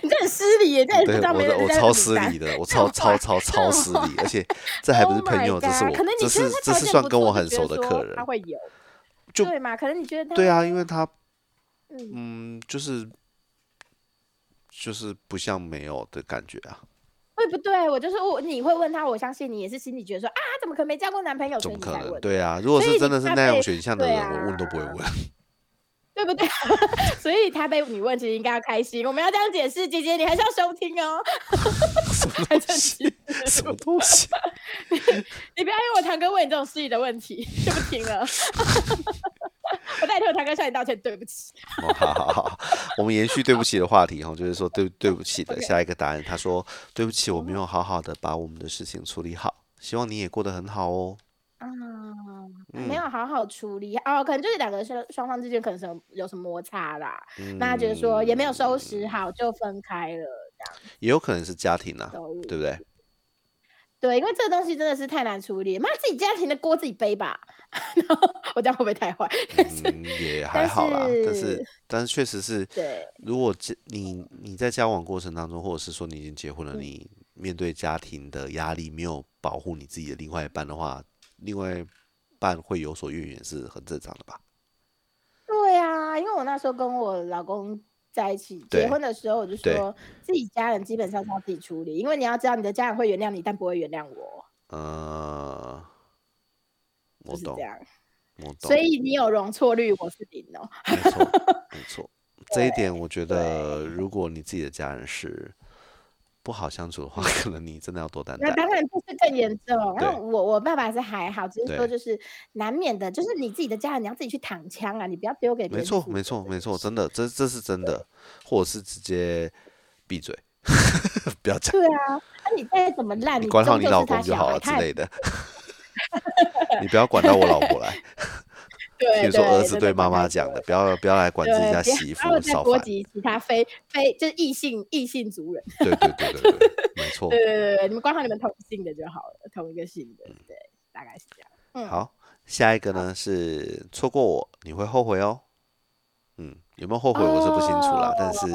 Speaker 2: 你这很失礼耶，这也不
Speaker 1: 对
Speaker 2: 知道
Speaker 1: 我
Speaker 2: 没有
Speaker 1: 的
Speaker 2: 人
Speaker 1: 我
Speaker 2: 在
Speaker 1: 超
Speaker 2: 名
Speaker 1: 失
Speaker 2: 单
Speaker 1: 礼的，我超超超超失礼，而且这还不是
Speaker 2: Oh
Speaker 1: 朋
Speaker 2: my
Speaker 1: 友，这是
Speaker 2: God，
Speaker 1: 我
Speaker 2: 可能你
Speaker 1: 这
Speaker 2: 觉得
Speaker 1: 是
Speaker 2: 他
Speaker 1: 这
Speaker 2: 条
Speaker 1: 是
Speaker 2: 件
Speaker 1: 算
Speaker 2: 不
Speaker 1: 跟
Speaker 2: 错
Speaker 1: 我
Speaker 2: 就
Speaker 1: 很
Speaker 2: 觉
Speaker 1: 熟
Speaker 2: 得
Speaker 1: 的
Speaker 2: 说
Speaker 1: 客人
Speaker 2: 他。会有，
Speaker 1: 就
Speaker 2: 对嘛？可能你觉得他
Speaker 1: 对啊，因为他
Speaker 2: 嗯
Speaker 1: 嗯，就是就是不像没有的感觉啊。
Speaker 2: 对不对？我就是我，你会问他，我相信你也是心里觉得说啊，怎么可能没交过男朋友？
Speaker 1: 怎么可
Speaker 2: 所以你才
Speaker 1: 能？
Speaker 2: 问
Speaker 1: 对啊，如果
Speaker 2: 所以
Speaker 1: 是
Speaker 2: 你
Speaker 1: 真的是
Speaker 2: 怕
Speaker 1: 那种
Speaker 2: 被
Speaker 1: 选项的
Speaker 2: 对
Speaker 1: 人，
Speaker 2: 啊
Speaker 1: 我问都不会 问。
Speaker 2: 对不对？ 所以他被你问，其实应该要开心。我们要这样解释，姐姐，你还是要收听哦。
Speaker 1: 什么东西？ 什么东 西？
Speaker 2: 你不要因为我堂哥问你这种失礼的问题就不听了。 我代替我堂哥向你道歉，对不起。
Speaker 1: 哦好好好，我们延续对不起的话题哈，就是说对对不起的
Speaker 2: OK 哦
Speaker 1: 下一个答案。他说对不起，我没有好好的把我们的事情处理好，希望你也过得很好哦。
Speaker 2: 啊、
Speaker 1: 嗯
Speaker 2: 没有好好处理哦，可能就是两个人双双方之间可能是有有什么摩擦啦，那他觉得说也没有收拾好就分开了，
Speaker 1: 嗯，也有可能是家庭啊，
Speaker 2: 都
Speaker 1: 对 不对？
Speaker 2: 对，因为这个东西真的是太难处理，妈自己家庭的锅自己背吧。 然后我这样会不会太坏？
Speaker 1: 嗯，也还好啦，但是
Speaker 2: 是
Speaker 1: 但是确实是，
Speaker 2: 对，
Speaker 1: 如果这你你在交往过程当中，或者是说你已经结婚了，
Speaker 2: 嗯
Speaker 1: 你面对家庭的压力没有保护你自己的另外一半的话，另外一半会有所怨言是很正常的吧？
Speaker 2: 对啊，因为我那时候跟我老公在一起
Speaker 1: 对
Speaker 2: 结婚的时候，我就
Speaker 1: 对
Speaker 2: 说自己家人基本上是要自己处理，因为你要知道你的家人会原谅你，但不会原谅我，
Speaker 1: 呃，我
Speaker 2: 就是
Speaker 1: 懂
Speaker 2: 这，样。
Speaker 1: 我懂，
Speaker 2: 所以你有容错率，我是零哦。
Speaker 1: 没错，没 错，这一点我觉得，如果你自己的家人是不好相处的话，可能你真的要多担
Speaker 2: 嗯那
Speaker 1: 待。
Speaker 2: 当然就是更严重。那
Speaker 1: 对
Speaker 2: 我我爸爸是还好，只是说
Speaker 1: 对
Speaker 2: 就是难免的，就是你自己的家人你要自己去躺枪啊，你不要丢给别
Speaker 1: 没
Speaker 2: 人
Speaker 1: 错，
Speaker 2: 负
Speaker 1: 没
Speaker 2: 责
Speaker 1: 错，
Speaker 2: 这
Speaker 1: 没
Speaker 2: 件
Speaker 1: 错，
Speaker 2: 事
Speaker 1: 真的，这这是真的，或者是直接闭嘴， 不要讲，
Speaker 2: 对啊，那你再怎么烂，
Speaker 1: 你
Speaker 2: 你
Speaker 1: 管好
Speaker 2: 终
Speaker 1: 你
Speaker 2: 究
Speaker 1: 老
Speaker 2: 是他
Speaker 1: 公就
Speaker 2: 小
Speaker 1: 好
Speaker 2: 孩，
Speaker 1: 了之
Speaker 2: 他也
Speaker 1: 类 的。 你不要管到我老婆来， 比
Speaker 2: 对
Speaker 1: 如说
Speaker 2: 对
Speaker 1: 儿子
Speaker 2: 真
Speaker 1: 对
Speaker 2: 的
Speaker 1: 妈
Speaker 2: 管太
Speaker 1: 妈讲
Speaker 2: 多
Speaker 1: 的，
Speaker 2: 了
Speaker 1: 不要不要来管自己
Speaker 2: 对
Speaker 1: 家
Speaker 2: 不要
Speaker 1: 媳
Speaker 2: 然后
Speaker 1: 妇
Speaker 2: 再
Speaker 1: 少
Speaker 2: 波
Speaker 1: 烦。
Speaker 2: 及其他非非就是异性异性族人，
Speaker 1: 对对对对 对，没错
Speaker 2: 对。对对对，你们管好你们同性的就好了，同一个性
Speaker 1: 嗯
Speaker 2: 的，对，大概是这样。嗯
Speaker 1: 好，下一个呢是错过我你会后悔哦。嗯，有没有后悔我是不清楚啦，
Speaker 2: 哦
Speaker 1: 但是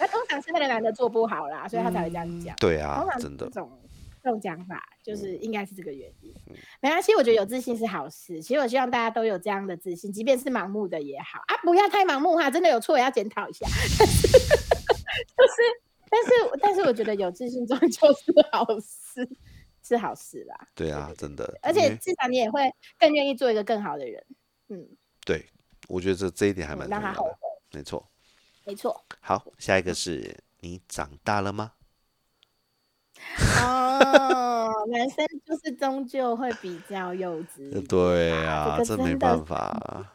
Speaker 2: 那通常是那个男的做不好啦，所以他才会这样讲。
Speaker 1: 对啊
Speaker 2: 通，常
Speaker 1: 真
Speaker 2: 这
Speaker 1: 的，嗯
Speaker 2: 种这种讲法，就是应该是这个原因。没关系，我觉得有自信是好事。其实我希望大家都有这样的自信，即便是盲目的也好啊，不要太盲目哈，真的有错也要检讨一下。 但是，就是，但是，但是，我觉得有自信 终究是好事，是好事啦。
Speaker 1: 对啊，真的。
Speaker 2: 而
Speaker 1: 因
Speaker 2: 且
Speaker 1: 为
Speaker 2: 至少你也会更愿意做一个更好的人。嗯，
Speaker 1: 对，我觉得这这一点还
Speaker 2: 嗯
Speaker 1: 蛮重
Speaker 2: 让他
Speaker 1: 要
Speaker 2: 后
Speaker 1: 的，没错。
Speaker 2: 没 错。
Speaker 1: 好，下一个是你长大了吗？
Speaker 2: 哦，男生就是终究会比较幼稚
Speaker 1: 呃
Speaker 2: 一点。
Speaker 1: 对啊，
Speaker 2: 嗯
Speaker 1: 这
Speaker 2: 这个
Speaker 1: 没
Speaker 2: 真的
Speaker 1: 办
Speaker 2: 是
Speaker 1: 法。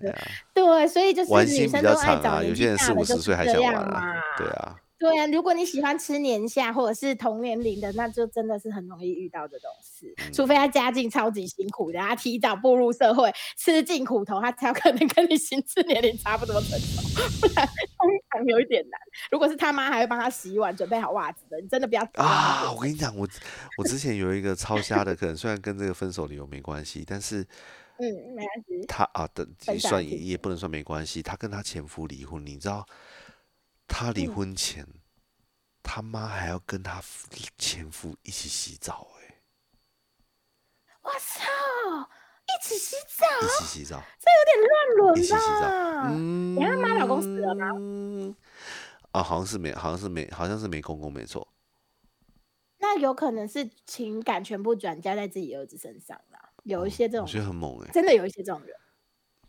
Speaker 1: 对啊，
Speaker 2: 对，所以就是
Speaker 1: 玩
Speaker 2: 女
Speaker 1: 心比
Speaker 2: 生
Speaker 1: 较
Speaker 2: 都爱
Speaker 1: 长
Speaker 2: 找
Speaker 1: 啊，有
Speaker 2: 年
Speaker 1: 些
Speaker 2: 纪
Speaker 1: 人
Speaker 2: 大
Speaker 1: 四
Speaker 2: 的
Speaker 1: 五
Speaker 2: 就
Speaker 1: 十
Speaker 2: 是
Speaker 1: 岁还
Speaker 2: 这
Speaker 1: 想
Speaker 2: 样
Speaker 1: 玩啊
Speaker 2: 嘛。，
Speaker 1: 对 啊，
Speaker 2: 对啊，如果你喜欢吃年下或者是同年龄的，那就真的是很容易遇到这种事，除
Speaker 1: 嗯
Speaker 2: 非他家境超级辛苦的，他提早步入社会，吃尽苦头，他才有可能跟你心智年龄差不多成熟，不然通常有一点难。如果是他妈还会帮他洗碗、准备好袜子的，你真的不要指望他
Speaker 1: 啊，我跟你讲，我我之前有一个超瞎的，可能虽然跟这个分手理由没关系，但是
Speaker 2: 嗯，没关系，
Speaker 1: 她啊，的也
Speaker 2: 分享
Speaker 1: 算
Speaker 2: 自
Speaker 1: 也
Speaker 2: 己
Speaker 1: 也不能算没关系，她跟她前夫离婚，你知道，她
Speaker 2: 嗯
Speaker 1: 离婚前，她妈还要跟她夫前夫一起洗澡，哎，
Speaker 2: 我操，一起洗澡，
Speaker 1: 一起洗澡，
Speaker 2: 这有
Speaker 1: 一起
Speaker 2: 点
Speaker 1: 洗澡
Speaker 2: 乱伦吧？
Speaker 1: 嗯，
Speaker 2: 啊等一下她妈老公死了吗
Speaker 1: 吗？啊，好像是没，好像是没，好像是没公公，没错。
Speaker 2: 那有可能是情感全部转嫁在自己儿子身上啦，有一些这种
Speaker 1: 哦我觉得很猛哎、
Speaker 2: 真的有一些这种人。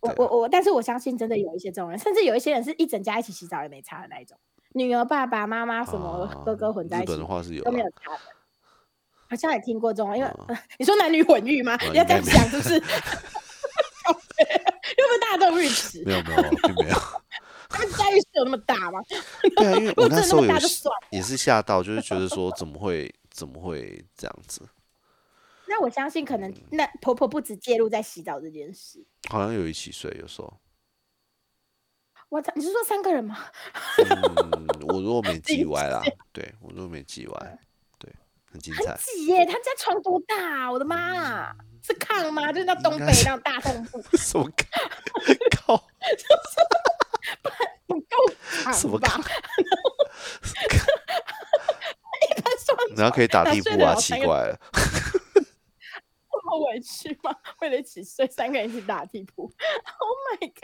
Speaker 2: 我
Speaker 1: 对啊
Speaker 2: 我我，但是我相信真的有一些这种人，甚至有一些人是一整家一起洗澡也没差的那一种，女儿、爸爸妈妈什么
Speaker 1: 啊
Speaker 2: 哥哥混在
Speaker 1: 日
Speaker 2: 一起、
Speaker 1: 本的话是有
Speaker 2: 都没
Speaker 1: 啦
Speaker 2: 有差的。好像也听过这种，因为、
Speaker 1: 啊
Speaker 2: 你说男女混浴吗？
Speaker 1: 啊
Speaker 2: 你要这
Speaker 1: 应
Speaker 2: 样
Speaker 1: 该
Speaker 2: 想，就是 又不是大众浴池，
Speaker 1: 没有没有并没有。
Speaker 2: 他们家浴室有那么大吗？
Speaker 1: 对啊，因为我
Speaker 2: 如果
Speaker 1: 那
Speaker 2: 真的
Speaker 1: 时
Speaker 2: 那
Speaker 1: 候
Speaker 2: 么
Speaker 1: 有
Speaker 2: 大就
Speaker 1: 吓
Speaker 2: 算了。
Speaker 1: 也是吓到，就是觉得说怎么会怎么会这样子，
Speaker 2: 那我相信可能
Speaker 1: 嗯
Speaker 2: 那婆婆不止介入在洗澡这件事。
Speaker 1: 好像有一起睡，有时候。
Speaker 2: 我操，你是说三个人吗？
Speaker 1: 嗯，我如果没
Speaker 2: 自己
Speaker 1: 记歪啦，对我如果没记
Speaker 2: 嗯
Speaker 1: 歪，对，很精彩。
Speaker 2: 挤耶、他家床多大啊？我的妈啊！是炕吗？就是那
Speaker 1: 嗯应
Speaker 2: 东
Speaker 1: 该
Speaker 2: 北
Speaker 1: 是
Speaker 2: 那种大通铺，
Speaker 1: 什么看？ 靠？
Speaker 2: 不够
Speaker 1: 什
Speaker 2: 长
Speaker 1: 么
Speaker 2: 吧
Speaker 1: 炕？
Speaker 2: 一般双
Speaker 1: 然后可以打
Speaker 2: 那
Speaker 1: 地铺
Speaker 2: 睡得
Speaker 1: 啊，
Speaker 2: 好
Speaker 1: 奇
Speaker 2: 三个
Speaker 1: 怪了。
Speaker 2: 这么委屈吗？为了一起睡，三个人一起打地铺。Oh my god！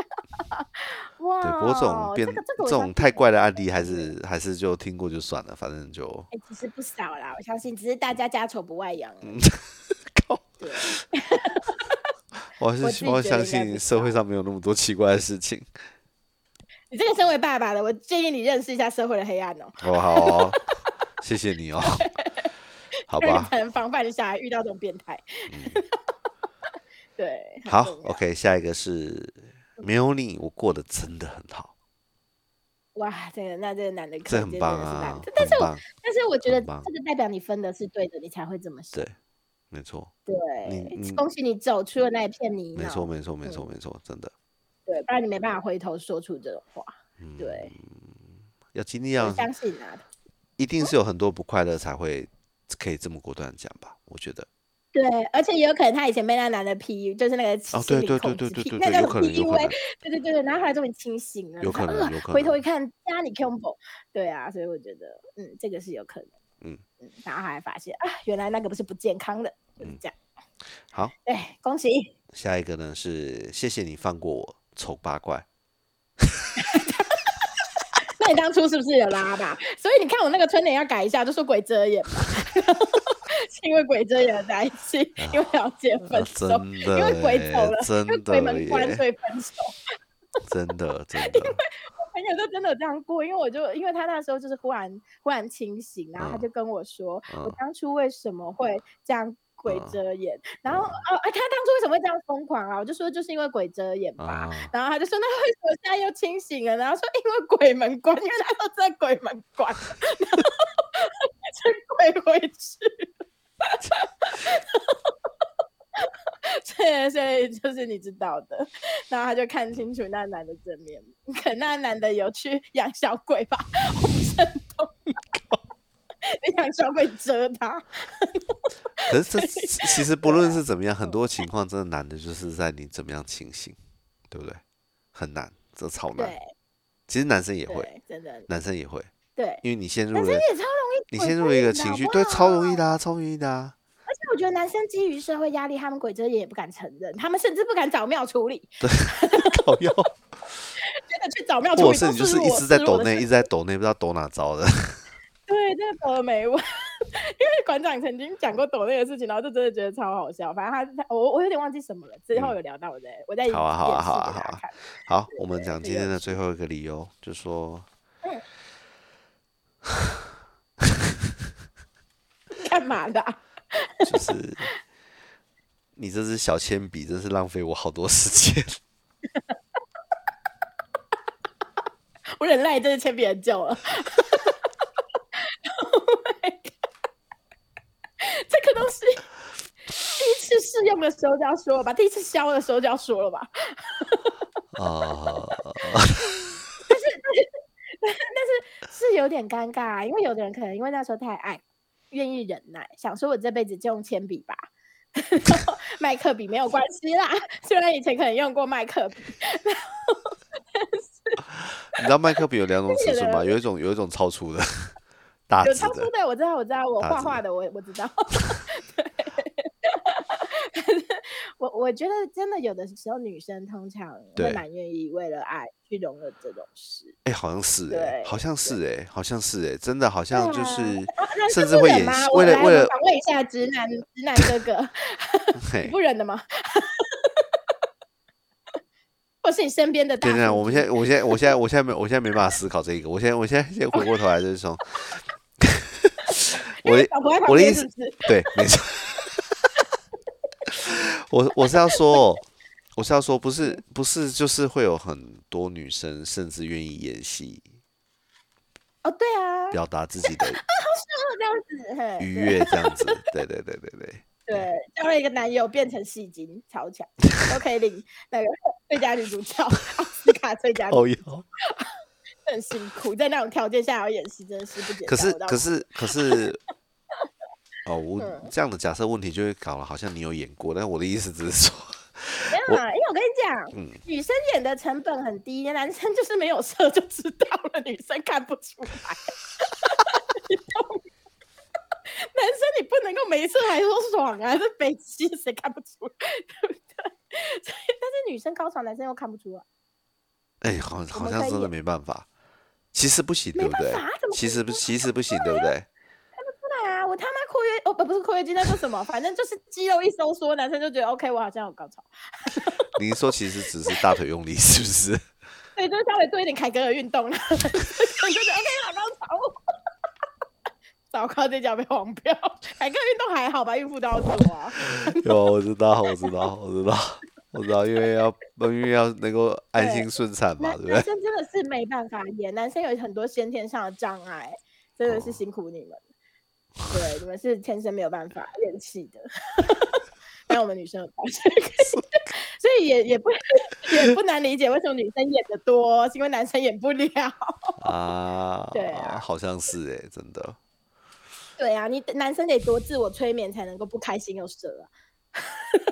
Speaker 2: 哇，
Speaker 1: 对，不过这种变、
Speaker 2: 这个这个我相
Speaker 1: 种
Speaker 2: 信
Speaker 1: 太怪的案
Speaker 2: 对
Speaker 1: 例，还是还是就听过就算了，反正就
Speaker 2: 哎、其实不少啦，我相信，只是大家家丑不外扬
Speaker 1: 嗯
Speaker 2: 而已。
Speaker 1: 靠，
Speaker 2: 对，
Speaker 1: 我还
Speaker 2: 我
Speaker 1: 是
Speaker 2: 自己
Speaker 1: 我
Speaker 2: 觉
Speaker 1: 相
Speaker 2: 得应该
Speaker 1: 信
Speaker 2: 不
Speaker 1: 社会上没有那么多奇怪的事情。
Speaker 2: 你这个身为爸爸的，我建议你认识一下社会的黑暗哦，
Speaker 1: 哦，好哦，谢谢你 哦，好
Speaker 2: 这样
Speaker 1: 吧
Speaker 2: 你，才能防范你小孩遇到这种变态。对，
Speaker 1: 嗯
Speaker 2: 很
Speaker 1: 好
Speaker 2: 重要
Speaker 1: ，OK，下一个是没有你，我过得真的很好，
Speaker 2: 哇，这个那这个男的可
Speaker 1: 这
Speaker 2: 能
Speaker 1: 很
Speaker 2: 真的
Speaker 1: 棒
Speaker 2: 是烂
Speaker 1: 啊，
Speaker 2: 但是
Speaker 1: 很
Speaker 2: 我
Speaker 1: 棒，
Speaker 2: 但是我觉得
Speaker 1: 很棒
Speaker 2: 这个代表你分的是对的，你才会这么说
Speaker 1: 对。，没错，你
Speaker 2: 对
Speaker 1: 你，
Speaker 2: 恭喜你走出了那一片泥
Speaker 1: 嗯没错，
Speaker 2: 淖，
Speaker 1: 没错，没错，没错，真的，
Speaker 2: 对，不然你没办法回头说出这种话。
Speaker 1: 嗯，
Speaker 2: 对，
Speaker 1: 要经历
Speaker 2: 我
Speaker 1: 让
Speaker 2: 相信啊，
Speaker 1: 一定是有很多不快乐才会可以这么果断地讲吧，我觉得。
Speaker 2: 对，而且也有可能他以前被那男的 PU，就是那个
Speaker 1: 哦，对
Speaker 2: 心理
Speaker 1: 对对
Speaker 2: 控
Speaker 1: 对
Speaker 2: 制
Speaker 1: 对
Speaker 2: P，
Speaker 1: 对
Speaker 2: 那
Speaker 1: 对，
Speaker 2: 叫
Speaker 1: 有
Speaker 2: 做
Speaker 1: 可能，有可
Speaker 2: PUA，
Speaker 1: 能，
Speaker 2: 对对对，然后后来终于清醒了，
Speaker 1: 有可
Speaker 2: 他
Speaker 1: 能，有可
Speaker 2: 回头
Speaker 1: 能
Speaker 2: 一，看，加你 combo，对啊，所以我觉得，嗯，这个是有可能，
Speaker 1: 嗯
Speaker 2: 嗯，然后还发现啊，原来那个不是不健康的，就是
Speaker 1: 嗯
Speaker 2: 这样，
Speaker 1: 好，
Speaker 2: 对，恭喜，
Speaker 1: 下一个呢是谢谢你放过我，丑八怪。啊
Speaker 2: 那你当初是不是有拉吧？所以你看我那个春联要改一下，就说鬼遮眼嘛， 是因为鬼遮眼而在一起，因为了解
Speaker 1: 啊
Speaker 2: 分手
Speaker 1: 真，的
Speaker 2: 因为鬼
Speaker 1: 耶
Speaker 2: 走了，
Speaker 1: 真
Speaker 2: 因为鬼
Speaker 1: 的
Speaker 2: 门关，所
Speaker 1: 耶，
Speaker 2: 以分手。
Speaker 1: 真的真的，
Speaker 2: 朋友都真的有这样过，因为我就因为他那时候就是忽然忽然清醒，然后他
Speaker 1: 嗯
Speaker 2: 就跟我说，我
Speaker 1: 嗯
Speaker 2: 当初为什么会这样鬼
Speaker 1: 嗯
Speaker 2: 遮眼？然后哦，哎，他当初为什么会这样疯狂啊？我就说就是因为鬼遮眼吧。
Speaker 1: 啊，
Speaker 2: 然后他就说：“那为什么现在又清醒了？”然后说：“因为鬼门关，因为他都在鬼门关，然后就鬼回去。” 对，所以就是你知道的。然后他就看清楚那男的正面，可那男的有去养小鬼吧？我不是很懂。 你养小鬼蛰他，
Speaker 1: 可是这其其实不论是怎么 样，很多情况真的难的就是在你怎么样清醒，对不对？很难，这超难
Speaker 2: 对。
Speaker 1: 其实男生也会，
Speaker 2: 对，真的
Speaker 1: 男生也会，
Speaker 2: 对。
Speaker 1: 因为你陷入
Speaker 2: 男生
Speaker 1: 了
Speaker 2: 也超容易，
Speaker 1: 你陷入了一个情绪，对，超容易
Speaker 2: 的。
Speaker 1: 的啊，超容易的啊。
Speaker 2: 而且我觉得男生基于社会压力，他们鬼遮眼也不敢承认，他们甚至不敢找庙处理，
Speaker 1: 靠 腰，
Speaker 2: 觉得去找庙处
Speaker 1: 或
Speaker 2: 理
Speaker 1: 者是
Speaker 2: 都
Speaker 1: 你就是是一
Speaker 2: 我
Speaker 1: 直在
Speaker 2: 是我
Speaker 1: 抖
Speaker 2: 的
Speaker 1: 内，一
Speaker 2: 事
Speaker 1: 直在抖内，不知道抖哪招的。
Speaker 2: 对，这个抖了没完。 因为馆长曾经讲过抖内的事情，然后就真的觉得超好笑。反正他他我我有点忘记什么了，之后
Speaker 1: 嗯
Speaker 2: 有聊到我在我在
Speaker 1: 好啊好啊
Speaker 2: 演示
Speaker 1: 好啊
Speaker 2: 给大
Speaker 1: 好
Speaker 2: 家
Speaker 1: 啊
Speaker 2: 看
Speaker 1: 好，我们讲
Speaker 2: 很
Speaker 1: 今
Speaker 2: 有
Speaker 1: 天的最后一个理由，就 说
Speaker 2: 干嘛的啊、
Speaker 1: 就是你这支小铅笔真是浪费我好多时 间。
Speaker 2: 我忍耐真的铅笔很久了。Oh my god 这个东西第一次试用的时候就要说了吧，第一次削的时候就要说了吧。
Speaker 1: 啊，
Speaker 2: 是有点尴尬、啊，因为有的人可能因为那时候太爱，愿意忍耐，想说我这辈子就用铅笔吧，然 后麦克笔没有关系啦。虽然以前可能用过麦克笔，
Speaker 1: 你知道麦克笔有两种尺寸吗？
Speaker 2: 这个
Speaker 1: 有一种有一种超粗的，大
Speaker 2: 有
Speaker 1: 只
Speaker 2: 超
Speaker 1: 的
Speaker 2: 出，的我知道，我知道，我
Speaker 1: 大
Speaker 2: 画
Speaker 1: 致
Speaker 2: 画的我我知道。 对， 我我觉得真的有的时候女生通常
Speaker 1: 对
Speaker 2: 会蛮愿意为了爱去容忍这种事，
Speaker 1: 哎，好像是哎，
Speaker 2: 对
Speaker 1: 好像是哎，好像是哎，真的好像就
Speaker 2: 啊
Speaker 1: 是
Speaker 2: 啊那
Speaker 1: 甚
Speaker 2: 是
Speaker 1: 至
Speaker 2: 不
Speaker 1: 会
Speaker 2: 忍
Speaker 1: 演
Speaker 2: 吗
Speaker 1: 戏
Speaker 2: 我
Speaker 1: 为了
Speaker 2: 来
Speaker 1: 为
Speaker 2: 我
Speaker 1: 了
Speaker 2: 访问一下直男直男哥哥，你
Speaker 1: 嘿。
Speaker 2: 不忍的吗？ 或是你身边的大
Speaker 1: 对
Speaker 2: 叔之类
Speaker 1: 对，
Speaker 2: 的？
Speaker 1: 我们现在，我现在，我现在，我现在没，我现在没办法思考这一个。我现在，我现在先回过头来就是说，我的
Speaker 2: 哎老婆在旁
Speaker 1: 我的
Speaker 2: 边
Speaker 1: 意思
Speaker 2: 是不是？
Speaker 1: 对，没错。我我是要说，我是要说，不
Speaker 2: 嗯
Speaker 1: 是不是，就是会有很多女生甚至愿意演戏，
Speaker 2: 哦，对啊，
Speaker 1: 表达自己的
Speaker 2: 这样子，嘿
Speaker 1: 愉
Speaker 2: 对
Speaker 1: 悦，这样子。对对对对 对，
Speaker 2: 对，交了一个男友变成戏精，超强，都可 以领那个最佳女主角奥斯卡最佳女主角，
Speaker 1: 哦哟。
Speaker 2: 很辛苦，在那种条件下要演戏真的是不简单。
Speaker 1: 可是
Speaker 2: 我倒
Speaker 1: 可是 可是，哦，我
Speaker 2: 嗯
Speaker 1: 这样的假设问题就会搞了，好像你有演过，但我的意思只是说，
Speaker 2: 没有啊，因为我跟你讲，
Speaker 1: 嗯，
Speaker 2: 女生演的成本很低，男生就是没有色就知道了，女生看不出 来。你懂吗男生你不能够每次还说爽啊，这北七 谁看不出来，对不对？所以但是女生高潮，男生又看不出来。
Speaker 1: 哎，好，好
Speaker 2: 们
Speaker 1: 像
Speaker 2: 可以
Speaker 1: 真的
Speaker 2: 演
Speaker 1: 没办法。其实不行，对
Speaker 2: 没
Speaker 1: 不
Speaker 2: 办
Speaker 1: 对
Speaker 2: 法？怎么
Speaker 1: 其
Speaker 2: 可
Speaker 1: 实不，其实不行，对不对？
Speaker 2: 对啊，我他妈括约，哦不不是括约肌，那叫什么？反正就是肌肉一收缩，男生就觉得 OK，我好像有高潮。
Speaker 1: 您说其实只是大腿用力，是不是？
Speaker 2: 对，就是稍微做一点凯格尔运动啦， 然后就觉得 OK，好高潮。 糟糕，这脚被黄标。凯格尔运动还好吧，孕妇都要做 啊。
Speaker 1: 有，我知道，我知道，我知道，我知道，因为要，因为要能够安
Speaker 2: 对
Speaker 1: 心顺产嘛，
Speaker 2: 男
Speaker 1: 对不
Speaker 2: 男
Speaker 1: 对？
Speaker 2: 生真的是没办法演，男生有很多先天上的障碍，真的
Speaker 1: 哦
Speaker 2: 是辛苦你们。对，你们是天生没有办法演戏的， 但我们女生有办法， 所以也也不 也不难理解为什么女生演的多，是因为男生演不了。
Speaker 1: 啊，
Speaker 2: 对啊
Speaker 1: 好像是哎，真的。
Speaker 2: 对啊，你男生得多自我催眠才能够不开心又射啊，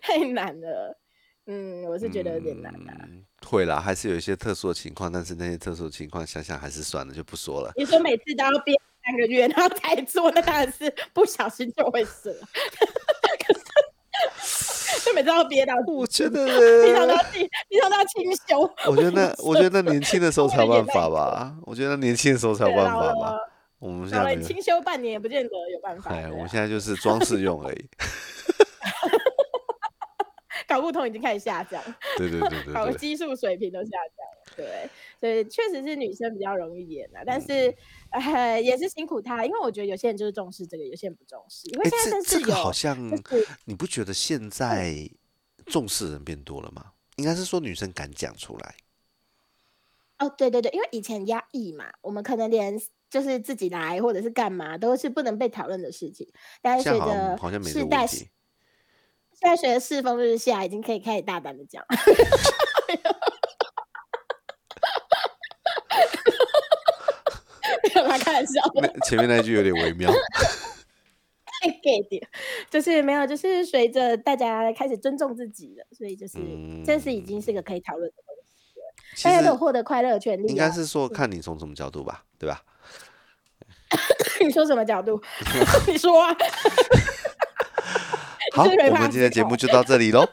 Speaker 2: 太难了。嗯，我是觉得有点难啊。
Speaker 1: 嗯会啦，还是有一些特殊的情况，但是那些特殊的情况想想还是算了，就不说了。
Speaker 2: 你说每次都要憋三个月，然后才做，那当然是不小心就会死了。 可是就每次都要憋到底，
Speaker 1: 我觉得，
Speaker 2: 平 常都要清，平常都要清修。
Speaker 1: 我觉得那，我觉得那年轻的时候才有
Speaker 2: 我也
Speaker 1: 办
Speaker 2: 在
Speaker 1: 法 吧，我觉得那年轻的时候才有
Speaker 2: 对啊
Speaker 1: 办
Speaker 2: 老
Speaker 1: 法吧
Speaker 2: 了。
Speaker 1: 我们现
Speaker 2: 老了，
Speaker 1: 在没
Speaker 2: 你
Speaker 1: 有，
Speaker 2: 清修半年也不见得有办法。
Speaker 1: 哎，我
Speaker 2: 对
Speaker 1: 们
Speaker 2: 啊
Speaker 1: 现在就是装饰用而 已。
Speaker 2: 搞不同已经开始下降，
Speaker 1: 对对对对
Speaker 2: 搞
Speaker 1: 对，
Speaker 2: 激素水平都下降了。对，所以确实是女生比较容易演啊，
Speaker 1: 嗯
Speaker 2: 但是、呃也是辛苦她，因为我觉得有些人就是重视这个，有些人不重视，因为
Speaker 1: 哎，
Speaker 2: 现在
Speaker 1: 这
Speaker 2: 真是
Speaker 1: 这
Speaker 2: 有，
Speaker 1: 个好像，
Speaker 2: 就是
Speaker 1: 你不觉得现在重视的人变多了吗？应该是说女生敢讲出来。
Speaker 2: 哦，对对对，因为以前压抑嘛，我们可能连就是自己来或者是干嘛都是不能被讨论的事情，但是
Speaker 1: 现在
Speaker 2: 随
Speaker 1: 好像
Speaker 2: 着
Speaker 1: 好像没这
Speaker 2: 世
Speaker 1: 个
Speaker 2: 代
Speaker 1: 问
Speaker 2: 世
Speaker 1: 题，
Speaker 2: 代随着世风日下，已经可以开始大胆的讲。 没有啦，开玩笑的，
Speaker 1: 那前面那一句有点微 妙
Speaker 2: 太 gay 点， 就是没有，就是随着大家开始尊重自己了，所以就是、这是已经是个可以讨论的东西，
Speaker 1: 嗯其
Speaker 2: 大家
Speaker 1: 实
Speaker 2: 都有获得快乐的权利、啊。
Speaker 1: 应该是说看你从什么角度吧，对 吧？
Speaker 2: 你说什么角度？ 你说啊，
Speaker 1: 好，
Speaker 2: 是没
Speaker 1: 我们
Speaker 2: 办法
Speaker 1: 今天的节
Speaker 2: 思
Speaker 1: 目就到这里喽。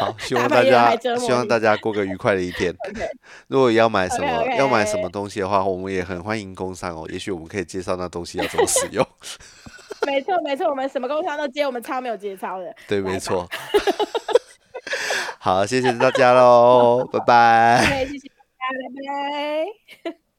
Speaker 1: 好，希望大
Speaker 2: 大半夜
Speaker 1: 家
Speaker 2: 来折磨
Speaker 1: 希望
Speaker 2: 你
Speaker 1: 大家过个愉快的一天
Speaker 2: OK。
Speaker 1: 如果要买什么
Speaker 2: OK，OK
Speaker 1: 要买什么东西的话，我们也很欢迎工商哦。也许我们可以介绍那东西要怎么使用。
Speaker 2: 没错没错，我们什么工商都接，我们超没有节操 的。
Speaker 1: 对，没错。好，谢谢大家喽，拜拜。
Speaker 2: 对，谢谢大家，拜拜。